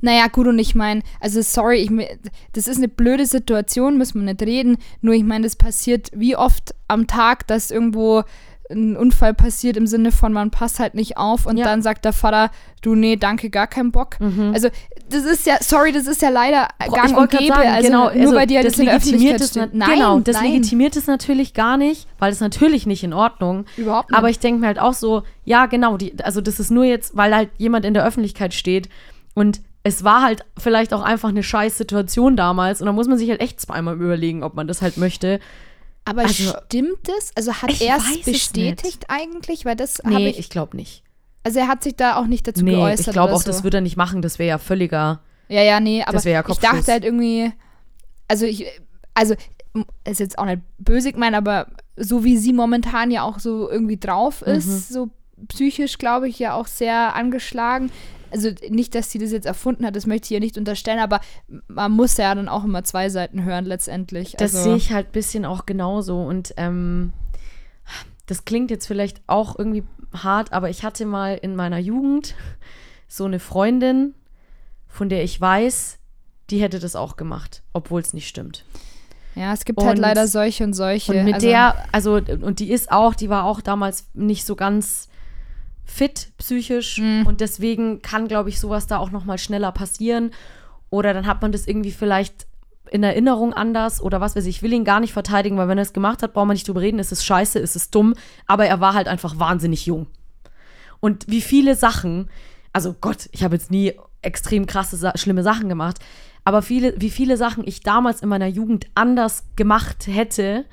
Naja, gut, und ich meine, also sorry, ich, mi- das ist eine blöde Situation, müssen wir nicht reden. Nur ich meine, das passiert wie oft am Tag, dass irgendwo ein Unfall passiert im Sinne von, man passt halt nicht auf und
Ja. Mhm.
dann sagt der Vater, du, nee, danke, gar keinen Bock. Also, das ist ja, sorry, das ist ja leider gang und
wollte
gäbe.
gerade sagen,
also,
genau,
nur
also
weil die halt
das
jetzt in der
legitimiert
Öffentlichkeit
es
steht.
na-
Nein,
genau, das
nein.
legitimiert es natürlich gar nicht, weil es natürlich nicht in Ordnung.
Überhaupt nicht.
Aber ich denke mir halt auch so, ja genau, die, also das ist nur jetzt, weil halt jemand in der Öffentlichkeit steht und es war halt vielleicht auch einfach eine scheiß Situation damals und da muss man sich halt echt zweimal überlegen, ob man das halt möchte.
Aber
Also-
stimmt es? Also hat
Ich
er
weiß
es
es
bestätigt eigentlich? Weil das habe
Nee,
ich,
ich, glaube nicht.
Also er hat sich da auch nicht dazu
Nee,
geäußert.
ich glaube
oder
auch,
so.
das würde er nicht machen, das wäre ja völliger.
Ja, ja, nee, aber
Das wär ja
ich
Kopfschuss.
dachte halt irgendwie. Also ich. Also ist jetzt auch nicht böse gemeint, aber so wie sie momentan ja auch so irgendwie drauf
Mhm.
ist, so psychisch, glaube ich, ja auch sehr angeschlagen. Also nicht, dass sie das jetzt erfunden hat, das möchte ich ihr nicht unterstellen, aber man muss ja dann auch immer zwei Seiten hören letztendlich.
Das
also,
sehe ich halt ein bisschen auch genauso. Und ähm, das klingt jetzt vielleicht auch irgendwie hart, aber ich hatte mal in meiner Jugend so eine Freundin, von der ich weiß, die hätte das auch gemacht, obwohl es nicht stimmt.
Ja, es gibt halt
Und-
leider solche und solche.
Und mit
also,
der, also, und die ist auch, die war auch damals nicht so ganz fit psychisch
Mhm.
und deswegen kann, glaube ich, sowas da auch nochmal schneller passieren. Oder dann hat man das irgendwie vielleicht in Erinnerung anders oder was weiß ich. Ich will ihn gar nicht verteidigen, weil wenn er es gemacht hat, brauchen wir nicht drüber reden, es ist scheiße, es ist dumm, aber er war halt einfach wahnsinnig jung. Und wie viele Sachen, also Gott, ich habe jetzt nie extrem krasse, Sa schlimme Sachen gemacht, aber viele, wie viele Sachen ich damals in meiner Jugend anders gemacht hätte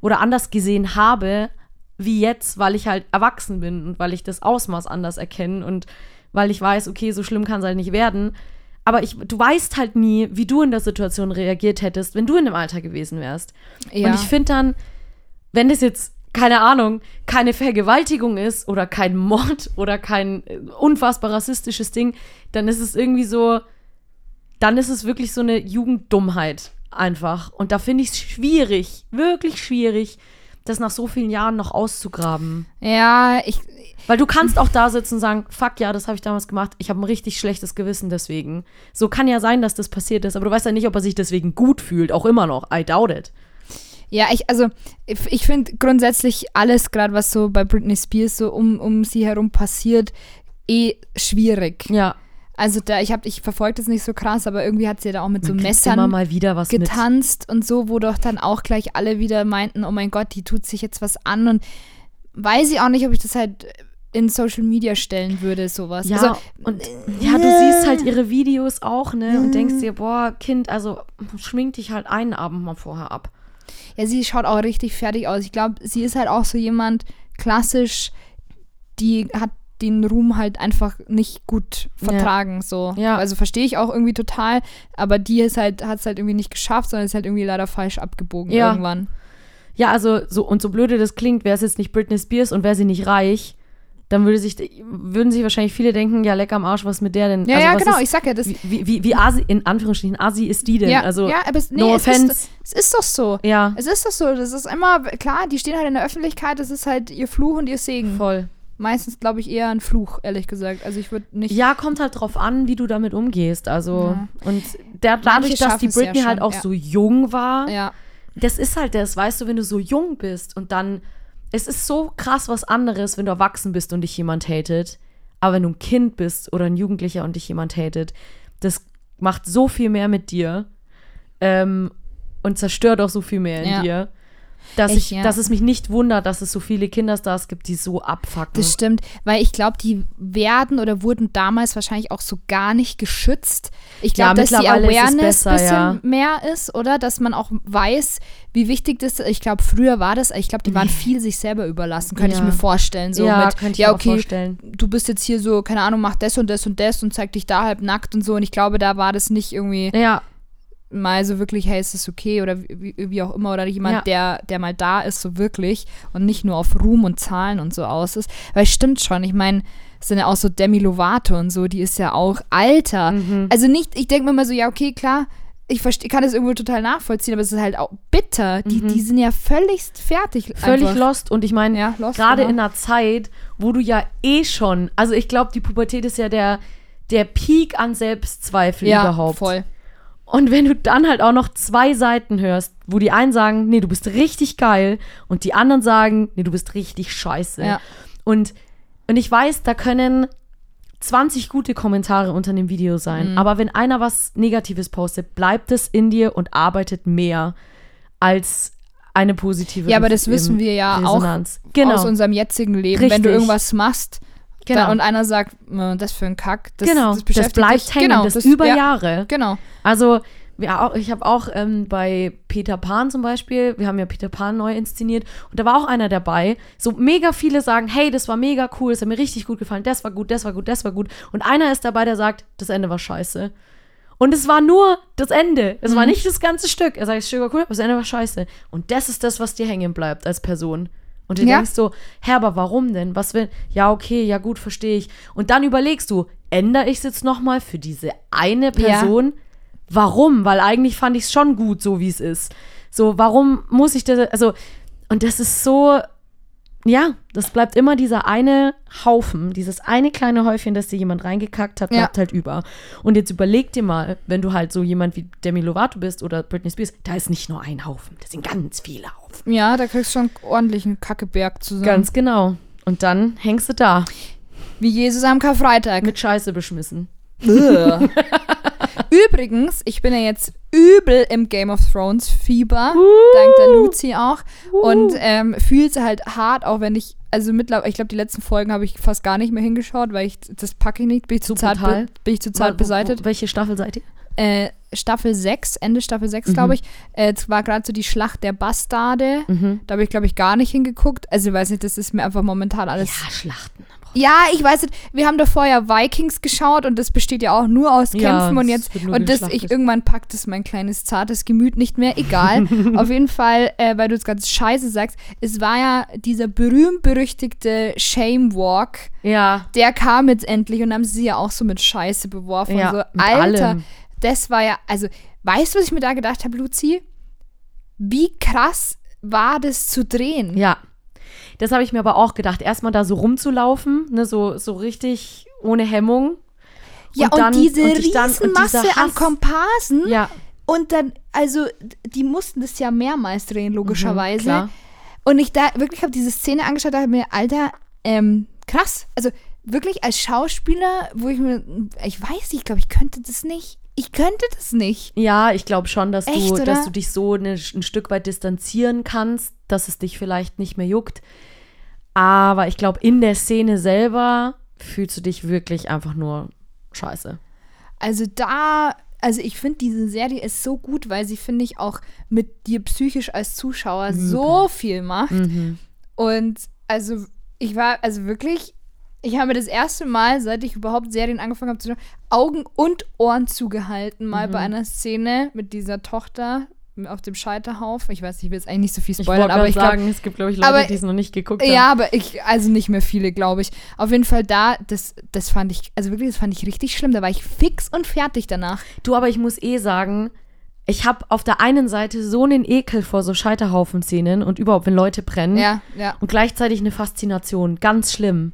oder anders gesehen habe, wie jetzt, weil ich halt erwachsen bin und weil ich das Ausmaß anders erkenne und weil ich weiß, okay, so schlimm kann es halt nicht werden. Aber ich, du weißt halt nie, wie du in der Situation reagiert hättest, wenn du in dem Alter gewesen wärst.
Ja.
Und ich finde dann, wenn das jetzt keine Ahnung, keine Vergewaltigung ist oder kein Mord oder kein äh, unfassbar rassistisches Ding, dann ist es irgendwie so, dann ist es wirklich so eine Jugenddummheit einfach. Und da finde ich es schwierig, wirklich schwierig, das nach so vielen Jahren noch auszugraben.
Ja, ich.
Weil du kannst auch da sitzen und sagen, fuck ja, das habe ich damals gemacht, ich habe ein richtig schlechtes Gewissen deswegen. So kann ja sein, dass das passiert ist, aber du weißt ja nicht, ob er sich deswegen gut fühlt, auch immer noch. I doubt it.
Ja, ich, also ich, ich finde grundsätzlich alles, gerade was so bei Britney Spears so um, um sie herum passiert, eh schwierig.
Ja.
Also da, ich habe, ich verfolge das nicht so krass, aber irgendwie hat sie da auch mit so
Man kriegt
Messern
immer mal wieder was mit.
getanzt und so, wo doch dann auch gleich alle wieder meinten, oh mein Gott, die tut sich jetzt was an und weiß ich auch nicht, ob ich das halt in Social Media stellen würde, sowas.
Ja,
also, äh.
und ja, du siehst halt ihre Videos auch, ne? Und
Mhm.
denkst dir, boah, Kind, also schmink dich halt einen Abend mal vorher ab.
ja, sie schaut auch richtig fertig aus. Ich glaube, sie ist halt auch so jemand klassisch, die hat den Ruhm halt einfach nicht gut vertragen, so.
Ja.
Also verstehe ich auch irgendwie total, aber die ist halt, hat es halt irgendwie nicht geschafft, sondern ist halt irgendwie leider falsch abgebogen
Ja.
irgendwann.
Ja, also so und so blöde das klingt, wäre es jetzt nicht Britney Spears und wäre sie nicht reich, dann würde sich, würden sich wahrscheinlich viele denken, ja, lecker am Arsch, was mit der denn?
Ja,
also,
ja,
was
genau,
Ist,
ich sag ja, das,
wie, wie, wie, wie Asi, in Anführungsstrichen, Asi ist die denn?
Ja,
also,
ja, aber es, nee,
no
es,
offense.
Ist, es ist doch so.
ja,
Es ist doch so. Das ist immer, klar, die stehen halt in der Öffentlichkeit, das ist halt ihr Fluch und ihr Segen.
voll.
Meistens, glaube ich, eher ein Fluch, ehrlich gesagt. Also ich würde nicht.
Ja, kommt halt drauf an, wie du damit umgehst. Also, und der, dadurch, dass die
schaffen's ja
Britney halt
schon,
auch
ja.
so jung war,
Ja.
das ist halt das, weißt du, wenn du so jung bist und dann, es ist so krass was anderes, wenn du erwachsen bist und dich jemand hatet, aber wenn du ein Kind bist oder ein Jugendlicher und dich jemand hatet, das macht so viel mehr mit dir ähm, und zerstört auch so viel mehr in
Ja.
dir, dass,
Echt,
ich,
ja.
dass es mich nicht wundert, dass es so viele Kinderstars gibt, die so abfucken.
Das stimmt, weil ich glaube, die werden oder wurden damals wahrscheinlich auch so gar nicht geschützt. Ich
Ja,
glaube, dass die
mittlerweile ist es
Awareness
besser,
ein bisschen
ja.
mehr ist, oder? Dass man auch weiß, wie wichtig das ist. Ich glaube, früher war das, ich glaube, die waren viel sich selber überlassen, könnte
Mhm. Ja.
ich mir vorstellen. So
Ja,
mit,
könnte ich
ja,
mir auch
okay,
vorstellen.
Du bist jetzt hier so, keine Ahnung, mach das und das und das und zeig dich da halb nackt und so. Und ich glaube, da war das nicht irgendwie
ja,
mal so wirklich, hey, ist das okay oder wie, wie auch immer oder jemand,
Ja.
der, der mal da ist, so wirklich und nicht nur auf Ruhm und Zahlen und so aus ist. Weil stimmt schon, ich meine, es sind ja auch so Demi Lovato und so, die ist ja auch Alter.
Mhm.
Also nicht, ich denke mir mal so, ja, okay, klar, ich versteh, kann das irgendwo total nachvollziehen, aber es ist halt auch bitter. Die, die sind ja völlig fertig.
Mhm. völlig
einfach.
lost. Und ich meine,
Ja, lost,
gerade
genau.
in einer Zeit, wo du ja eh schon, also ich glaube, die Pubertät ist ja der, der Peak an Selbstzweifel
ja,
überhaupt.
voll.
Und wenn du dann halt auch noch zwei Seiten hörst, wo die einen sagen, nee, du bist richtig geil und die anderen sagen, nee, du bist richtig scheiße.
Ja.
Und, und ich weiß, da können 20 gute Kommentare unter dem Video sein,
Mhm.
aber wenn einer was Negatives postet, bleibt es in dir und arbeitet mehr als eine positive
Ja, aber das wissen wir ja auch
Resonanz. Genau.
Aus unserem jetzigen Leben. Wenn du
Richtig.
irgendwas machst
Genau.
da, und einer sagt, "Mh, das für ein Kack, das,
genau,
das
das,
beschäftigt dich.
bleibt hängen,
genau,
das, über
ja,
Jahre.
Genau.
Also wir auch, ich habe auch ähm, bei Peter Pan zum Beispiel, wir haben ja Peter Pan neu inszeniert und da war auch einer dabei. So mega viele sagen, hey, das war mega cool, das hat mir richtig gut gefallen, das war gut, das war gut, das war gut. Und einer ist dabei, der sagt, das Ende war scheiße. Und es war nur das Ende. Es war nicht das ganze Stück. Er sagt, das Stück war cool, aber das Ende war scheiße. Und das ist das, was dir hängen bleibt als Person. Und du
Ja.
denkst so, hä, aber warum denn? Was will. Ja, okay, ja, gut, verstehe ich. Und dann überlegst du, ändere ich es jetzt nochmal für diese eine
Ja.
Person? Warum? Weil eigentlich fand ich es schon gut, so wie es ist. So, warum muss ich das. Also, und das ist so. Ja, das bleibt immer dieser eine Haufen, dieses eine kleine Häufchen, das dir jemand reingekackt hat,
Ja.
bleibt halt über. Und jetzt überleg dir mal, wenn du halt so jemand wie Demi Lovato bist oder Britney Spears, da ist nicht nur ein Haufen, das sind ganz viele Haufen.
Ja, da kriegst du schon ordentlich einen Kackeberg zusammen.
Ganz genau. Und dann hängst du da
Wie Jesus am Karfreitag.
mit Scheiße beschmissen.
Ugh. Übrigens, ich bin ja jetzt übel im Game of Thrones Fieber, dank der
Uh.
Luzi auch. Und ähm, fühlt es halt hart, auch wenn ich, also mittlerweile, ich glaube, die letzten Folgen habe ich fast gar nicht mehr hingeschaut, weil ich, das packe ich nicht, bin ich zu
So
zart,
brutal.
be, bin ich zu zart beseitet.
Welche Staffel seid ihr?
äh, Staffel 6, Ende Staffel 6,
Mhm.
glaube ich, äh, es war gerade so die Schlacht der Bastarde.
Mhm.
Da habe ich, glaube ich, gar nicht hingeguckt. Also, ich weiß nicht, das ist mir einfach momentan alles.
Ja, Schlachten.
Ja, ich weiß nicht, wir haben davor ja Vikings geschaut und das besteht ja auch nur aus
Ja,
Kämpfen und
es
jetzt
wird nur
und das ich
geschlachtet.
irgendwann packt es mein kleines zartes Gemüt nicht mehr, egal. Auf jeden Fall, äh, weil du es ganz scheiße sagst, es war ja dieser berühmt berüchtigte Shame Walk,
Ja.
der kam jetzt endlich und haben sie ja auch so mit Scheiße beworfen
Ja,
und so
mit
Alter,
allem.
das war ja, also, weißt du, was ich mir da gedacht habe, Luzi? Wie krass war das zu drehen?
Ja. Das habe ich mir aber auch gedacht. Erstmal da so rumzulaufen, ne, so, so richtig ohne Hemmung.
Ja, und,
dann-
diese
dich dann- und dieser
Riesenmasse an Hm?
Hass.
Komparsen.
Ja,
Und dann, also, d- die mussten das ja mehrmals drehen, logischerweise.
klar.
Und ich da wirklich habe diese Szene angeschaut, dachte mir, Alter, ähm, krass. Also wirklich als Schauspieler, wo ich mir, ich weiß nicht, ich glaube, ich könnte das nicht. Ich könnte das nicht.
Ja, ich glaube schon, dass,
Echt,
du,
oder?
dass du dich so ne, ein Stück weit distanzieren kannst, dass es dich vielleicht nicht mehr juckt. Aber ich glaube, in der Szene selber fühlst du dich wirklich einfach nur scheiße.
Also da, also ich finde diese Serie ist so gut, weil sie, finde ich, auch mit dir psychisch als Zuschauer so viel macht. Und also ich war, also wirklich, ich habe das erste Mal, seit ich überhaupt Serien angefangen habe zu schauen, Augen und Ohren zugehalten, mal bei einer Szene mit dieser Tochter auf dem Scheiterhaufen. Ich weiß, ich will jetzt eigentlich nicht so viel spoilern, aber ich glaube,
es gibt, glaube ich,
Leute, aber- die
es noch nicht geguckt
ja, aber ich, also nicht mehr viele, glaube ich. Auf jeden Fall da, das, das fand ich, also wirklich, das fand ich richtig schlimm. Da war ich fix und fertig danach.
Du, aber ich muss eh sagen, ich habe auf der einen Seite so einen Ekel vor so Scheiterhaufen-Szenen und überhaupt, wenn Leute brennen.
Ja, ja.
Und gleichzeitig eine Faszination. Ganz schlimm.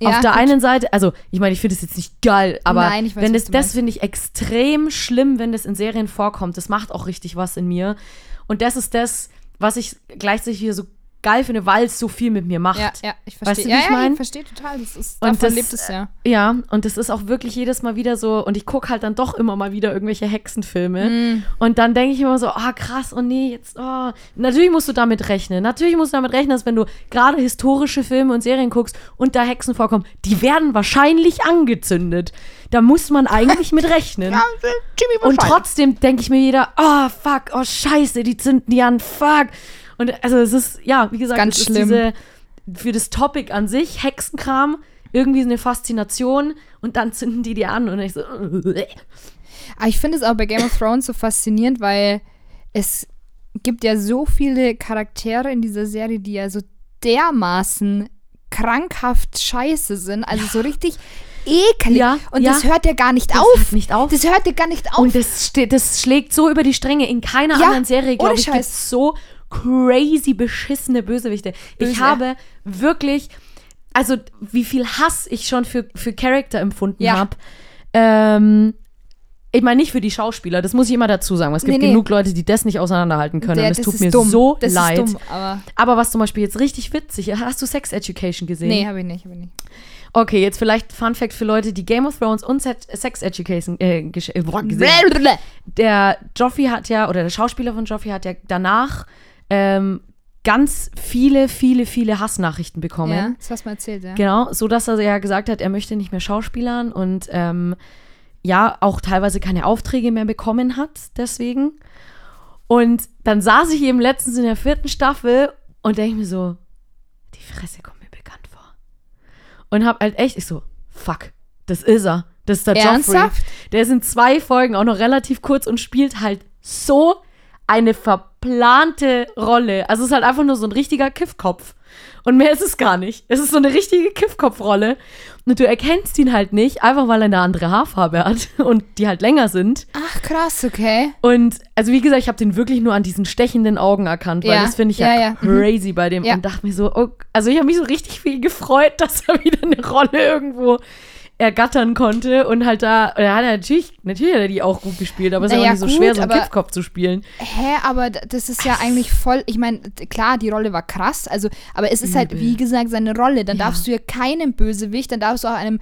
ja,
auf der
gut.
einen Seite, also ich meine, ich finde es jetzt nicht geil, aber
Nein, ich weiß,
wenn
was
das,
du
das
meinst.
finde ich extrem schlimm, wenn das in Serien vorkommt. Das macht auch richtig was in mir. Und das ist das, was ich gleichzeitig wieder so geil finde, weil es so viel mit mir macht.
Ja, ja, ich
Weißt du,
verstehe.
wie
ja,
ich
ja,
mein?
ich verstehe total. Das ist,
Und
davon
das-
lebt es ja.
Ja, und das ist auch wirklich jedes Mal wieder so, und ich gucke halt dann doch immer mal wieder irgendwelche Hexenfilme. Und dann denke ich immer so, ah, krass, oh nee, jetzt, oh. Natürlich musst du damit rechnen. Natürlich musst du damit rechnen, dass wenn du gerade historische Filme und Serien guckst und da Hexen vorkommen, die werden wahrscheinlich angezündet. Da muss man eigentlich mit rechnen.
Jimmy
Und trotzdem denke ich mir jeder, oh fuck, oh scheiße, die zünden die an, fuck. Und also es ist, ja, wie gesagt,
Ganz
es
schlimm.
ist diese, für das Topic an sich, Hexenkram, irgendwie so eine Faszination und dann zünden die die an und ich so, äh,
Aber Ah, ich finde es auch bei Game of Thrones so faszinierend, weil es gibt ja so viele Charaktere in dieser Serie, die ja so dermaßen krankhaft scheiße sind. Also so richtig eklig.
Ja,
Und
ja.
das hört ja gar nicht
Das
auf.
hört nicht auf.
Das hört ja gar nicht auf.
und das, ste- das schlägt so über die Stränge. In keiner
Ja,
anderen Serie,
ohne
glaube ich,
Scheiß.
gibt es so crazy beschissene Bösewichte. Ich
Böse.
habe wirklich, also wie viel Hass ich schon für, für Charakter empfunden
Ja.
habe. Ähm, ich meine nicht für die Schauspieler, das muss ich immer dazu sagen. weil Es gibt
Nee, nee.
genug Leute, die das nicht auseinanderhalten können.
Der-
und es tut
ist
mir
dumm.
so
das
leid.
Ist dumm, aber
Aber was zum Beispiel jetzt richtig witzig ist, hast du Sex Education gesehen?
nee, habe ich nicht. Hab ich nicht.
Okay, jetzt vielleicht Fun Fact für Leute, die Game of Thrones und Se Sex Education äh, gesch- äh, boah, gesehen haben
Blablabla.
der Joffrey hat ja, oder der Schauspieler von Joffrey hat ja danach ähm, ganz viele, viele, viele Hassnachrichten bekommen.
Ja, das hast du mal erzählt, ja.
Genau, so dass er ja gesagt hat, er möchte nicht mehr Schauspielern und ähm, ja, auch teilweise keine Aufträge mehr bekommen hat, deswegen. Und dann saß ich eben letztens in der vierten Staffel und denke mir so, die Fresse kommt mir bekannt vor. Und hab halt echt, ich so, fuck, das ist er. Das ist der
Ernsthaft?
Joffrey. Der ist in zwei Folgen auch noch relativ kurz und spielt halt so eine verplante Rolle. Also es ist halt einfach nur so ein richtiger Kiffkopf. Und mehr ist es gar nicht. Es ist so eine richtige Kiffkopfrolle. Und du erkennst ihn halt nicht, einfach weil er eine andere Haarfarbe hat und die halt länger sind.
Ach, krass, okay.
Und also wie gesagt, ich habe den wirklich nur an diesen stechenden Augen erkannt, weil
Ja,
das finde ich ja,
ja, ja, mhm.
crazy bei dem.
Ja.
Und dachte mir so, oh, also ich habe mich so richtig viel gefreut, dass er wieder eine Rolle irgendwo ergattern konnte. Und halt da, er hat er natürlich, natürlich hat er die auch gut gespielt, aber es ist
Naja,
ja auch nicht so
gut,
schwer, so einen
aber-
Kiffkopf zu spielen.
Hä, aber d- das ist ja eigentlich voll. Ich meine, d- klar, die Rolle war krass, also, aber es ist halt,
Übel.
wie gesagt, seine Rolle. Dann
Mhm. Ja.
darfst du ja keinem Bösewicht, dann darfst du auch einem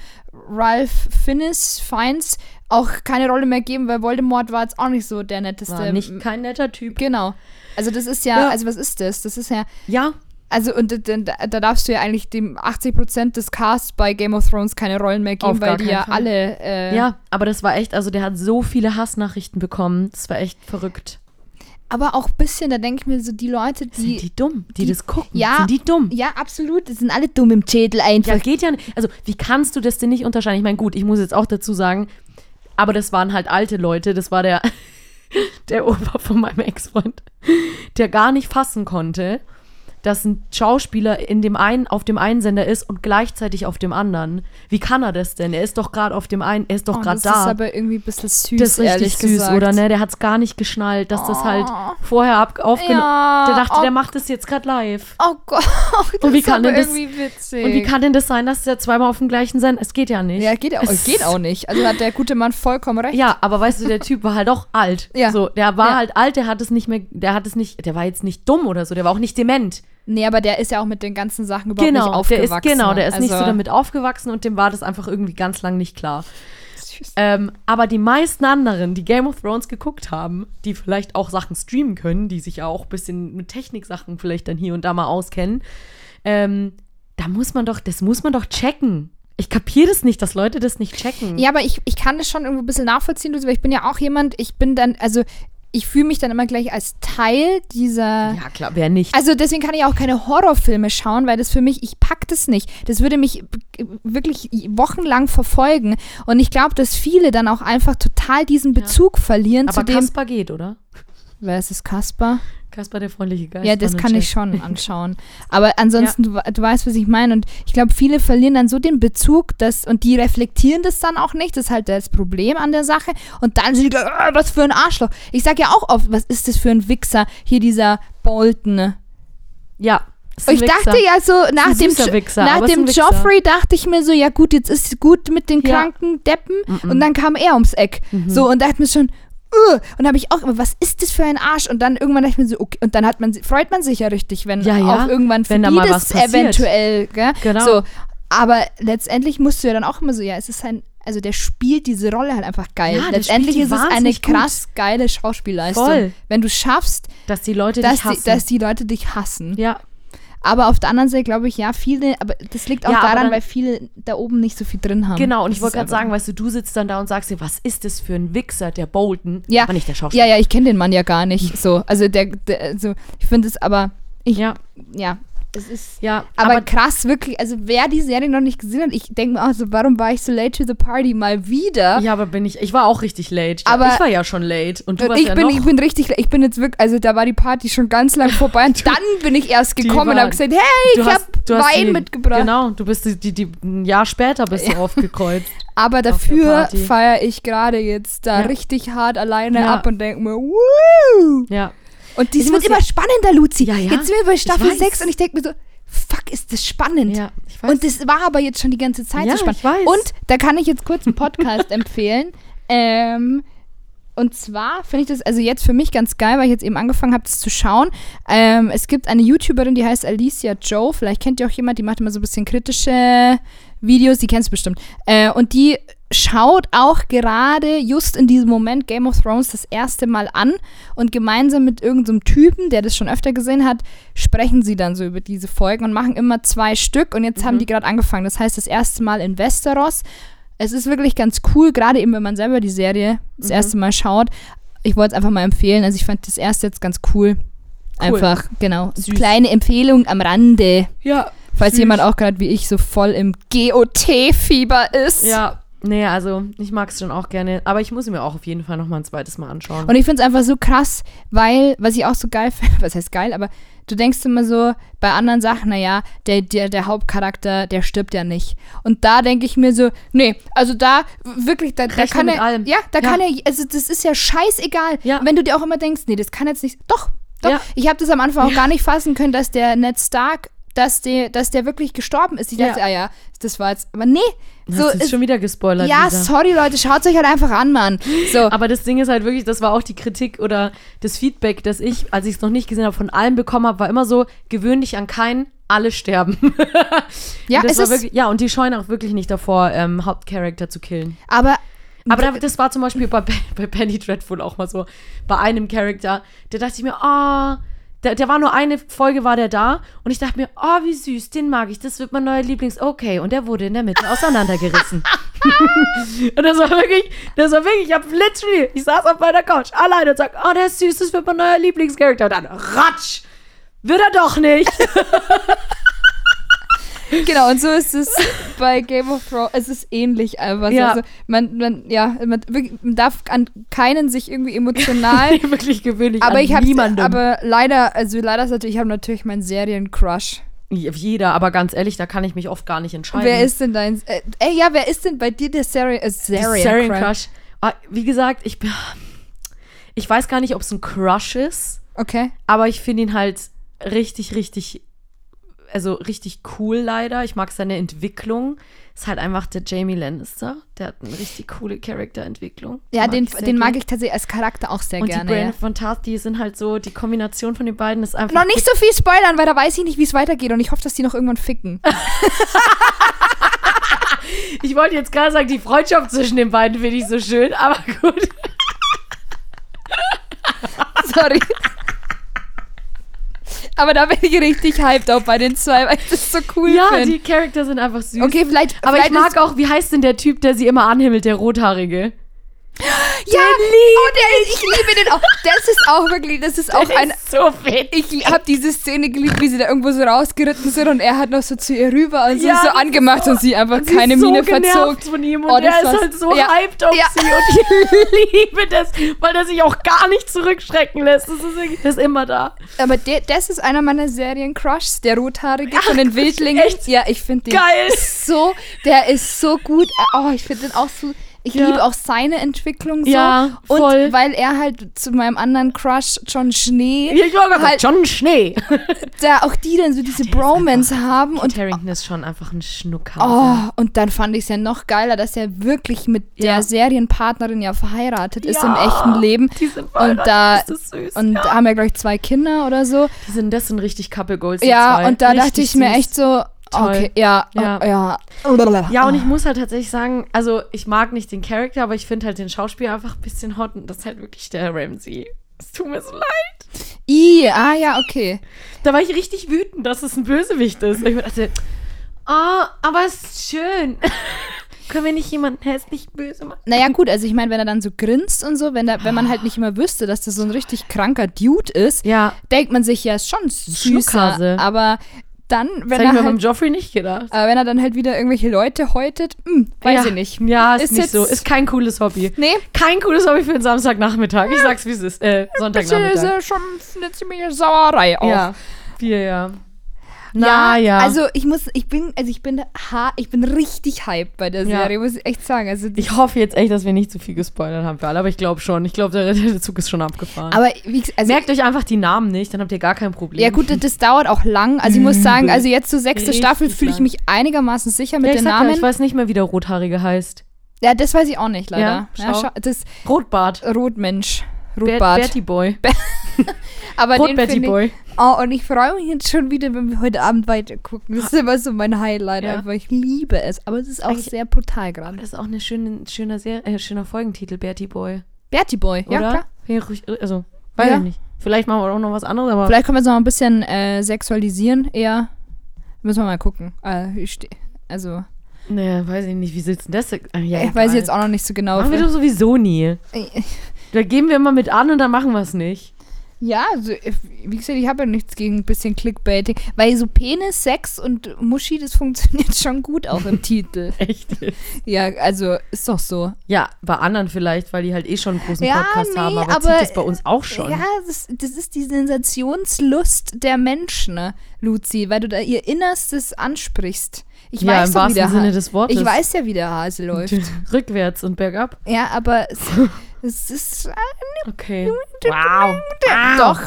Ralph Fiennes, Fiennes auch keine Rolle mehr geben, weil Voldemort war jetzt auch nicht so der netteste.
War nicht kein netter Typ.
Genau. Also das ist ja,
Ja.
also was ist das? Das ist ja,
Ja,
Also, und da, da, da darfst du ja eigentlich dem 80% des Casts bei Game of Thrones keine Rollen mehr geben,
Auf
weil
gar
die
keinen
ja
Fall.
alle. Äh,
Ja, aber das war echt, also der hat so viele Hassnachrichten bekommen. Das war echt verrückt.
Aber auch ein bisschen, da denke ich mir so, die Leute, die.
Sind die dumm, die,
die-
das gucken?
Ja.
Sind die dumm?
ja, absolut. Die sind alle dumm im Schädel
Ja,
einfach.
geht ja nicht. Also, wie kannst du das denn nicht unterscheiden? Ich meine, gut, ich muss jetzt auch dazu sagen, aber das waren halt alte Leute. Das war der, der Opa von meinem Ex-Freund, der gar nicht fassen konnte, dass ein Schauspieler in dem einen, auf dem einen Sender ist und gleichzeitig auf dem anderen. Wie kann er das denn? Er ist doch gerade auf dem einen, er ist doch
Oh,
gerade
das
da.
ist aber irgendwie ein bisschen süß,
das ist richtig
ehrlich
süß,
gesagt.
oder? Ne? Der hat es gar nicht geschnallt, dass das halt
Oh.
vorher ab aufgenommen.
Ja,
der dachte,
oh.
der macht das jetzt gerade live.
Oh Gott, das
wie
ist
kann
aber
denn das-
irgendwie witzig.
Und wie kann denn das sein, dass der zweimal auf dem gleichen Sender? Es geht ja nicht.
ja, geht auch,
Es-
geht auch nicht. Also hat der gute Mann vollkommen recht.
Ja, aber weißt du, der Typ war halt auch alt.
Ja.
So, der war
Ja.
halt alt, der hat es nicht mehr, der hat es nicht, der war jetzt nicht dumm oder so, der war auch nicht dement.
Nee, aber der ist ja auch mit den ganzen Sachen überhaupt nicht
der
aufgewachsen.
ist, genau, der ist nicht so
Also,
damit aufgewachsen und dem war das einfach irgendwie ganz lang nicht klar.
süß.
Ähm, aber die meisten anderen, die Game of Thrones geguckt haben, die vielleicht auch Sachen streamen können, die sich ja auch ein bisschen mit Techniksachen vielleicht dann hier und da mal auskennen, ähm, da muss man doch, das muss man doch checken. Ich kapiere das nicht, dass Leute das nicht checken.
Ja, aber ich, ich kann das schon irgendwo ein bisschen nachvollziehen, Lucy, weil ich bin ja auch jemand, ich bin dann, also ich fühle mich dann immer gleich als Teil dieser.
Ja, klar, wer nicht.
Also deswegen kann ich auch keine Horrorfilme schauen, weil das für mich, ich pack das nicht. Das würde mich b- wirklich wochenlang verfolgen. Und ich glaube, dass viele dann auch einfach total diesen Bezug verlieren
aber
Also zu dem.
Kasper geht, oder?
Wer ist es, Kasper?
Kaspar, der freundliche Geist.
Ja, das
von
kann
den
ich
Chefs.
schon anschauen. Aber ansonsten, du, we- du weißt, was ich meine. Und ich glaube, viele verlieren dann so den Bezug, dass, und die reflektieren das dann auch nicht. Das ist halt das Problem an der Sache. Und dann sind die, "Ah, was für ein Arschloch. Ich sage ja auch oft, was ist das für ein Wichser? Hier dieser Bolton. ne?
Ja. ist ein
Ich dachte
Wichser.
ja so, nach
ein
dem,
süßer
Jo-
Wichser,
nach
aber ist
dem
ein Wichser.
Joffrey dachte ich mir so, ja gut, jetzt ist gut mit den
Ja. Mhm.
kranken Deppen. Und dann kam er ums Eck. So, und da hat mir schon, "Ugh." und habe ich auch immer, was ist das für ein Arsch? Und dann irgendwann dachte ich mir so, okay, und dann hat man, freut man sich ja richtig, wenn
Ja, ja,
auch irgendwann für
wenn da
die
mal was
das
passiert.
eventuell, gell?
Genau.
So, aber letztendlich musst du ja dann auch immer so, ja, es ist ein, also der spielt diese Rolle halt einfach geil.
Ja, der
letztendlich
spielt
ist
die
es eine
wahnsinnig gut.
krass geile Schauspielleistung.
Voll.
Wenn du schaffst,
Dass die Leute
dass
dich hassen.
die, dass die Leute dich hassen.
ja,
Aber auf der anderen Seite glaube ich, ja, viele, aber das liegt auch
Ja, aber
daran,
dann-
weil viele da oben nicht so viel drin haben.
genau. Und ich
Das
wollte
ist
gerade
einfach-
sagen, weißt du, du sitzt dann da und sagst dir, was ist das für ein Wichser, der Bolton?
ja,
Aber nicht der Schauspieler.
ja, ja, ich kenne den Mann ja gar nicht. So, also der, der also ich finde es aber, ich, ja.
Ja,
es ist,
ja.
aber, krass, wirklich, also wer die Serie noch nicht gesehen hat, ich denke mir auch so, warum war ich so late to the party mal wieder?
ja, aber bin ich, ich war auch richtig late.
Aber-
ich war ja schon late. Und du
Und
warst
ich,
ja
bin,
noch.
ich bin richtig, ich bin jetzt wirklich, also da war die Party schon ganz lang vorbei und dann bin ich erst gekommen und
war-
habe gesagt, hey, ich habe
du hast
Wein
die-
mitgebracht.
Genau, du bist die, die, die, ein Jahr später bist du aufgekreuzt.
Aber
der
dafür
Party.
feiere ich gerade jetzt da
Ja.
richtig hart alleine
Ja.
ab und denke mir, Woo!
Ja.
Und dies
Ich
wird
muss
immer
ja-
spannender, Luzi.
Ja, ja.
Jetzt sind wir bei
Ich
Staffel
weiß.
6 und ich denke mir so, fuck, ist das spannend.
Ja, ich weiß.
und das war aber jetzt schon die ganze Zeit
Ja,
so spannend.
ich weiß.
Und da kann ich jetzt kurz einen Podcast empfehlen. Ähm, und zwar finde ich das also jetzt für mich ganz geil, weil ich jetzt eben angefangen habe, das zu schauen. Ähm, es gibt eine YouTuberin, die heißt Alicia Joe. Vielleicht kennt ihr auch jemand, die macht immer so ein bisschen kritische Videos. Die kennst du bestimmt. Äh, und die schaut auch gerade just in diesem Moment Game of Thrones das erste Mal an. Und gemeinsam mit irgendeinem Typen, der das schon öfter gesehen hat, sprechen sie dann so über diese Folgen und machen immer zwei Stück. Und jetzt haben die gerade angefangen. Das heißt, das erste Mal in Westeros es ist wirklich ganz cool, gerade eben, wenn man selber die Serie das
Mhm.
erste Mal schaut. Ich wollte es einfach mal empfehlen. Also ich fand das erste jetzt ganz cool. Einfach, genau.
Süß.
Kleine Empfehlung am Rande.
Ja.
Falls
Süß.
jemand auch gerade wie ich so voll im GOT-Fieber ist.
Ja, nee, also ich mag es schon auch gerne. Aber ich muss ihn mir auch auf jeden Fall nochmal ein zweites Mal anschauen.
Und ich finde es einfach so krass, weil, was ich auch so geil finde, was heißt geil, aber du denkst immer so bei anderen Sachen, naja, der, der, der Hauptcharakter, der stirbt ja nicht. Und da denke ich mir so, nee, also da w- wirklich, da, da
Rechne
kann
mit
er,
allem.
ja, da
Ja.
kann er, also das ist ja scheißegal.
Ja.
Und Wenn du dir auch immer denkst, nee, das kann jetzt nicht, doch, doch.
Ja.
Ich habe das am Anfang auch gar nicht fassen können, dass der Ned Stark, dass der, dass der wirklich gestorben ist. Ich
Ja.
dachte, ah ja, das war jetzt, aber nee, so
Hast du jetzt
ist,
schon wieder gespoilert.
ja,
Lisa.
sorry Leute, schaut euch halt einfach an, Mann. So.
Aber das Ding ist halt wirklich, das war auch die Kritik oder das Feedback, das ich, als ich es noch nicht gesehen habe, von allen bekommen habe, war immer so, gewöhn dich an keinen, alle sterben.
ja,
das
es
war
ist,
wirklich, ja, und die scheuen auch wirklich nicht davor, ähm, Hauptcharakter zu killen.
aber
Aber da- das war zum Beispiel bei, Pe- bei Penny Dreadful auch mal so, bei einem Charakter, da dachte ich mir, ah, Der, der war nur eine Folge, war der da. Und ich dachte mir, oh, wie süß, den mag ich. Das wird mein neuer Lieblings. Okay. Und der wurde in der Mitte auseinandergerissen. und das war wirklich, das war wirklich, ich hab literally, ich saß auf meiner Couch alleine und sag, oh, der ist süß, das wird mein neuer Lieblingscharakter. Und dann, ratsch! Wird er doch nicht!
Äh, Genau, und so ist es bei Game of Thrones. Es ist ähnlich einfach.
Ja.
Also man, man, ja, man, wirklich- man darf an keinen sich irgendwie emotional.
Nee, wirklich gewöhnlich.
aber
an
ich habe
niemandem.
aber leider, also leider ist natürlich, ich habe natürlich meinen Seriencrush.
Jeder, aber ganz ehrlich, da kann ich mich oft gar nicht entscheiden.
Wer ist denn dein äh, ey ja, wer ist denn bei dir der Serien äh, Serien,
Serien
Crush?
Crush? Ah, Wie gesagt, ich bin. Ich weiß gar nicht, ob es ein Crush ist,
Okay.
aber ich finde ihn halt richtig, richtig. Also richtig cool leider. Ich mag seine Entwicklung. Ist halt einfach der Jamie Lannister. Der hat eine richtig coole Charakterentwicklung.
Ja, den,
sehr
den mag
gern.
ich tatsächlich als Charakter auch sehr
Und
gerne.
die Brand
ja.
von Tarth, die sind halt so, die Kombination von den beiden ist einfach.
Noch nicht so viel spoilern, weil da weiß ich nicht, wie es weitergeht und ich hoffe, dass die noch irgendwann ficken.
Ich wollte jetzt gerade sagen, die Freundschaft zwischen den beiden finde ich so schön, aber gut.
Sorry. Aber da bin ich richtig hyped auch bei den zwei, weil ich das so cool
Ja,
finde.
die Charakter sind einfach süß.
Okay, vielleicht.
Aber ich
vielleicht
mag auch, wie heißt denn der Typ, der sie immer anhimmelt, der Rothaarige?
Ist, ja, oh, der ist, ich liebe den auch. Das ist auch wirklich, das ist auch ein.
ist so fit.
Ich habe diese Szene geliebt, wie sie da irgendwo so rausgeritten sind und er hat noch so zu ihr rüber und sie
Ja,
ist so
das ist
angemacht und sie einfach
Sie
keine
ist so
Miene
genervt
verzogen.
von ihm und
Oh,
er
das
ist
war's.
halt so
Ja.
hyped auf
Ja.
sie und ich liebe das, weil er sich auch gar nicht zurückschrecken lässt. Das ist, wirklich- das ist immer da.
Aber der, das ist einer meiner Serien-Crushs, der Rothaarige von den Wildlingen.
echt?
Ja, ich finde den
Geil.
so, der ist so gut. Oh, ich finde den auch so. Ich
Ja.
liebe auch seine Entwicklung so.
Ja, voll.
Und weil er halt zu meinem anderen Crush John Schnee,
Ich war gerade
Halt.
John Schnee.
da auch die dann so diese Bromance haben und
Harrington ist schon einfach ein Schnuckhase.
Oh, und dann fand ich es ja noch geiler, dass er wirklich mit der
Ja.
Serienpartnerin ja verheiratet ist im
Ja,
echten Leben.
die sind
und da
verheiratet, ist das süß,
und
ja.
da haben ja, glaube ich, zwei Kinder oder so.
Die sind, das sind richtig Couple Goals. die
ja,
zwei.
und da
richtig
dachte ich mir
süß.
echt so,
Toll.
okay, ja,
Ja.
oh, ja.
Ja, und ich muss halt tatsächlich sagen, also ich mag nicht den Charakter, aber ich finde halt den Schauspieler einfach ein bisschen hot und das ist halt wirklich der Ramsey. Es tut mir so leid.
I, ah ja, okay.
Da war ich richtig wütend, dass es ein Bösewicht ist. Und ich mir dachte, ah, aber es ist schön. Können wir nicht jemanden hässlich böse machen?
Naja, gut, also ich meine, wenn er dann so grinst und so, wenn, er, wenn man halt nicht immer wüsste, dass das so ein richtig kranker Dude ist,
Ja.
denkt man sich ja, ist schon süßer.
Schnuckhase.
Aber dann,
Das
wenn
hätte ich
er,
mir beim
halt,
Joffrey nicht gedacht.
äh, wenn er dann halt wieder irgendwelche Leute häutet, hm, weiß
ja.
ich nicht.
Ja, ist,
Ist
nicht
jetzt-
so. Ist kein cooles Hobby.
Nee,
Kein cooles Hobby für den Samstagnachmittag. Ich sag's, wie es ist. Äh,
das ist
Sonntagnachmittag.
ja schon eine ziemliche Sauerei auch.
Ja. Viel, ja. Na ja.
Also ich muss, ich bin, also ich bin, ha, ich bin richtig hyped bei der
Ja.
Serie, muss ich echt sagen. Also
Ich hoffe jetzt echt, dass wir nicht zu viel gespoilert haben für alle, aber ich glaube schon. Ich glaube, der, der Zug ist schon abgefahren.
aber wie, gesagt, also
Merkt euch einfach die Namen nicht, dann habt ihr gar kein Problem.
Ja gut, das- das dauert auch lang. Also ich muss sagen,
Übel.
also jetzt zur sechsten
Richtig
Staffel fühle ich
lang.
mich einigermaßen sicher
Ja,
mit
ich
den
sag ja,
Namen.
ich weiß nicht mehr, wie der Rothaarige heißt.
ja, das weiß ich auch nicht leider.
Ja,
Ja,
schau.
scha- das
Rotbart.
Rotmensch.
Ber-
Rotbart.
Bertie Boy.
Aber
Rot
den
Betty
find ich-
Boy.
Oh, und ich freue mich jetzt schon wieder, wenn wir heute Abend weitergucken. Das ist immer so mein Highlight
Ja.
einfach. Ich liebe es. Aber es ist auch
Eigentlich-
sehr brutal gerade.
Das ist auch ein schöne, schöner, Ser- äh, schöner Folgentitel, Bertie Boy.
Bertie Boy,
Oder?
ja klar.
Finde ich ruhig- Also, weiß
Ja.
ich nicht. Vielleicht machen wir auch noch was anderes, aber
Vielleicht können wir es noch ein bisschen äh, sexualisieren eher. Müssen wir mal gucken. Äh, ich steh, also,
ne, weiß ich nicht, wie sitzt denn das? Ah, Ja,
ich weiß jetzt auch noch nicht so genau. Äh,
Machen wir doch sowieso nie. Da geben wir immer mit an und dann machen wir es nicht.
Ja, also, if- wie gesagt, ich habe ja nichts gegen ein bisschen Clickbaiting. Weil so Penis, Sex und Muschi, das funktioniert schon gut auch im Titel.
Echt?
Ja, also ist doch so.
Ja, bei anderen vielleicht, weil die halt eh schon einen großen
Ja,
Podcast
nee,
haben, aber,
aber-
zieht das bei uns auch schon.
Ja, das, das ist die Sensationslust der Menschen, ne, Luzi, weil du da ihr Innerstes ansprichst. Ich
Ja,
weiß
im
doch, wie der
wahrsten Sinne
Ha-
des Wortes.
Ich weiß ja, wie der Hase läuft.
Rückwärts und bergab.
Ja, aber es, es ist
Okay. Wow.
Doch.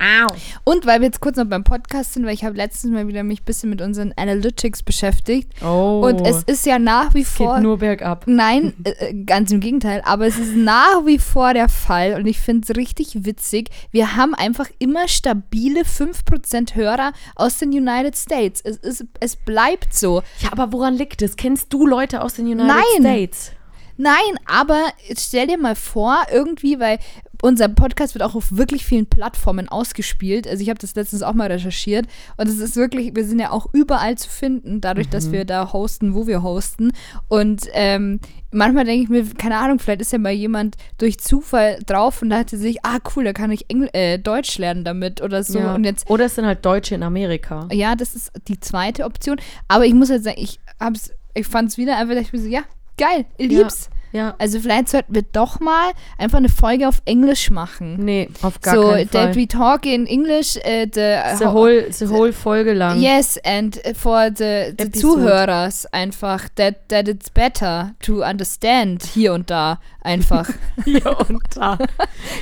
Au.
Und weil wir jetzt kurz noch beim Podcast sind, weil ich habe letztens mal wieder mich ein bisschen mit unseren Analytics beschäftigt.
Oh.
Und es ist ja nach wie vor.
geht nur bergab.
Nein, äh, äh, ganz im Gegenteil, aber es ist nach wie vor der Fall und ich finde es richtig witzig. Wir haben einfach immer stabile 5% Hörer aus den United States. Es, ist, es bleibt so.
Ja, aber woran liegt es? Kennst du Leute aus den United
Nein.
States?
Nein, aber stell dir mal vor, irgendwie, weil unser Podcast wird auch auf wirklich vielen Plattformen ausgespielt. Also ich habe das letztens auch mal recherchiert und es ist wirklich, wir sind ja auch überall zu finden, dadurch, dass wir da hosten, wo wir hosten. Und ähm, manchmal denke ich mir, keine Ahnung, vielleicht ist ja mal jemand durch Zufall drauf und dachte sich, ah cool, da kann ich Engl äh, Deutsch lernen damit oder so.
Ja.
Und jetzt
Oder es sind halt Deutsche in Amerika.
ja, das ist die zweite Option. Aber ich muss jetzt sagen, ich hab's, ich fand's wieder einfach, dass ich mir so, ja, geil, ich lieb's.
Ja. ja.
Also vielleicht sollten wir doch mal einfach eine Folge auf Englisch machen.
Nee, auf gar
so,
keinen Fall.
that we talk in English, äh, the,
The whole, the whole Folge lang.
yes, and for the, the
Episode.
Zuhörers einfach, that, that it's better to understand hier und da einfach,
Hier und da.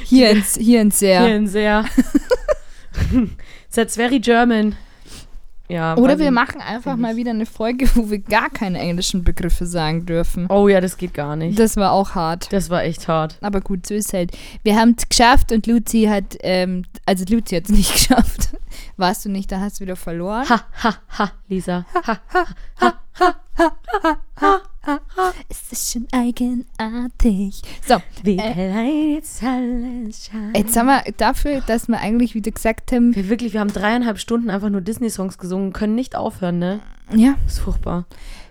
hier und, hier und sehr.
Hier in sehr. That's very German. Ja.
Oder
weiß
wir
ich-
machen einfach mal wieder eine Folge, wo wir gar keine englischen Begriffe sagen dürfen.
Oh ja, das geht gar nicht.
Das war auch hart.
Das war echt hart.
Aber gut, so ist halt. Wir haben es geschafft und Luzi hat, ähm, also Luzi hat es nicht geschafft. Warst du nicht, da hast du wieder verloren.
Ha, ha, ha, Lisa. Ha.
Es ist schon eigenartig. So,
Wie allein jetzt alles scheint.
jetzt haben wir dafür, dass wir eigentlich wieder gesagt haben,
Wir wirklich, wir haben dreieinhalb Stunden einfach nur Disney-Songs gesungen, können nicht aufhören, ne?
ja,
Ist furchtbar.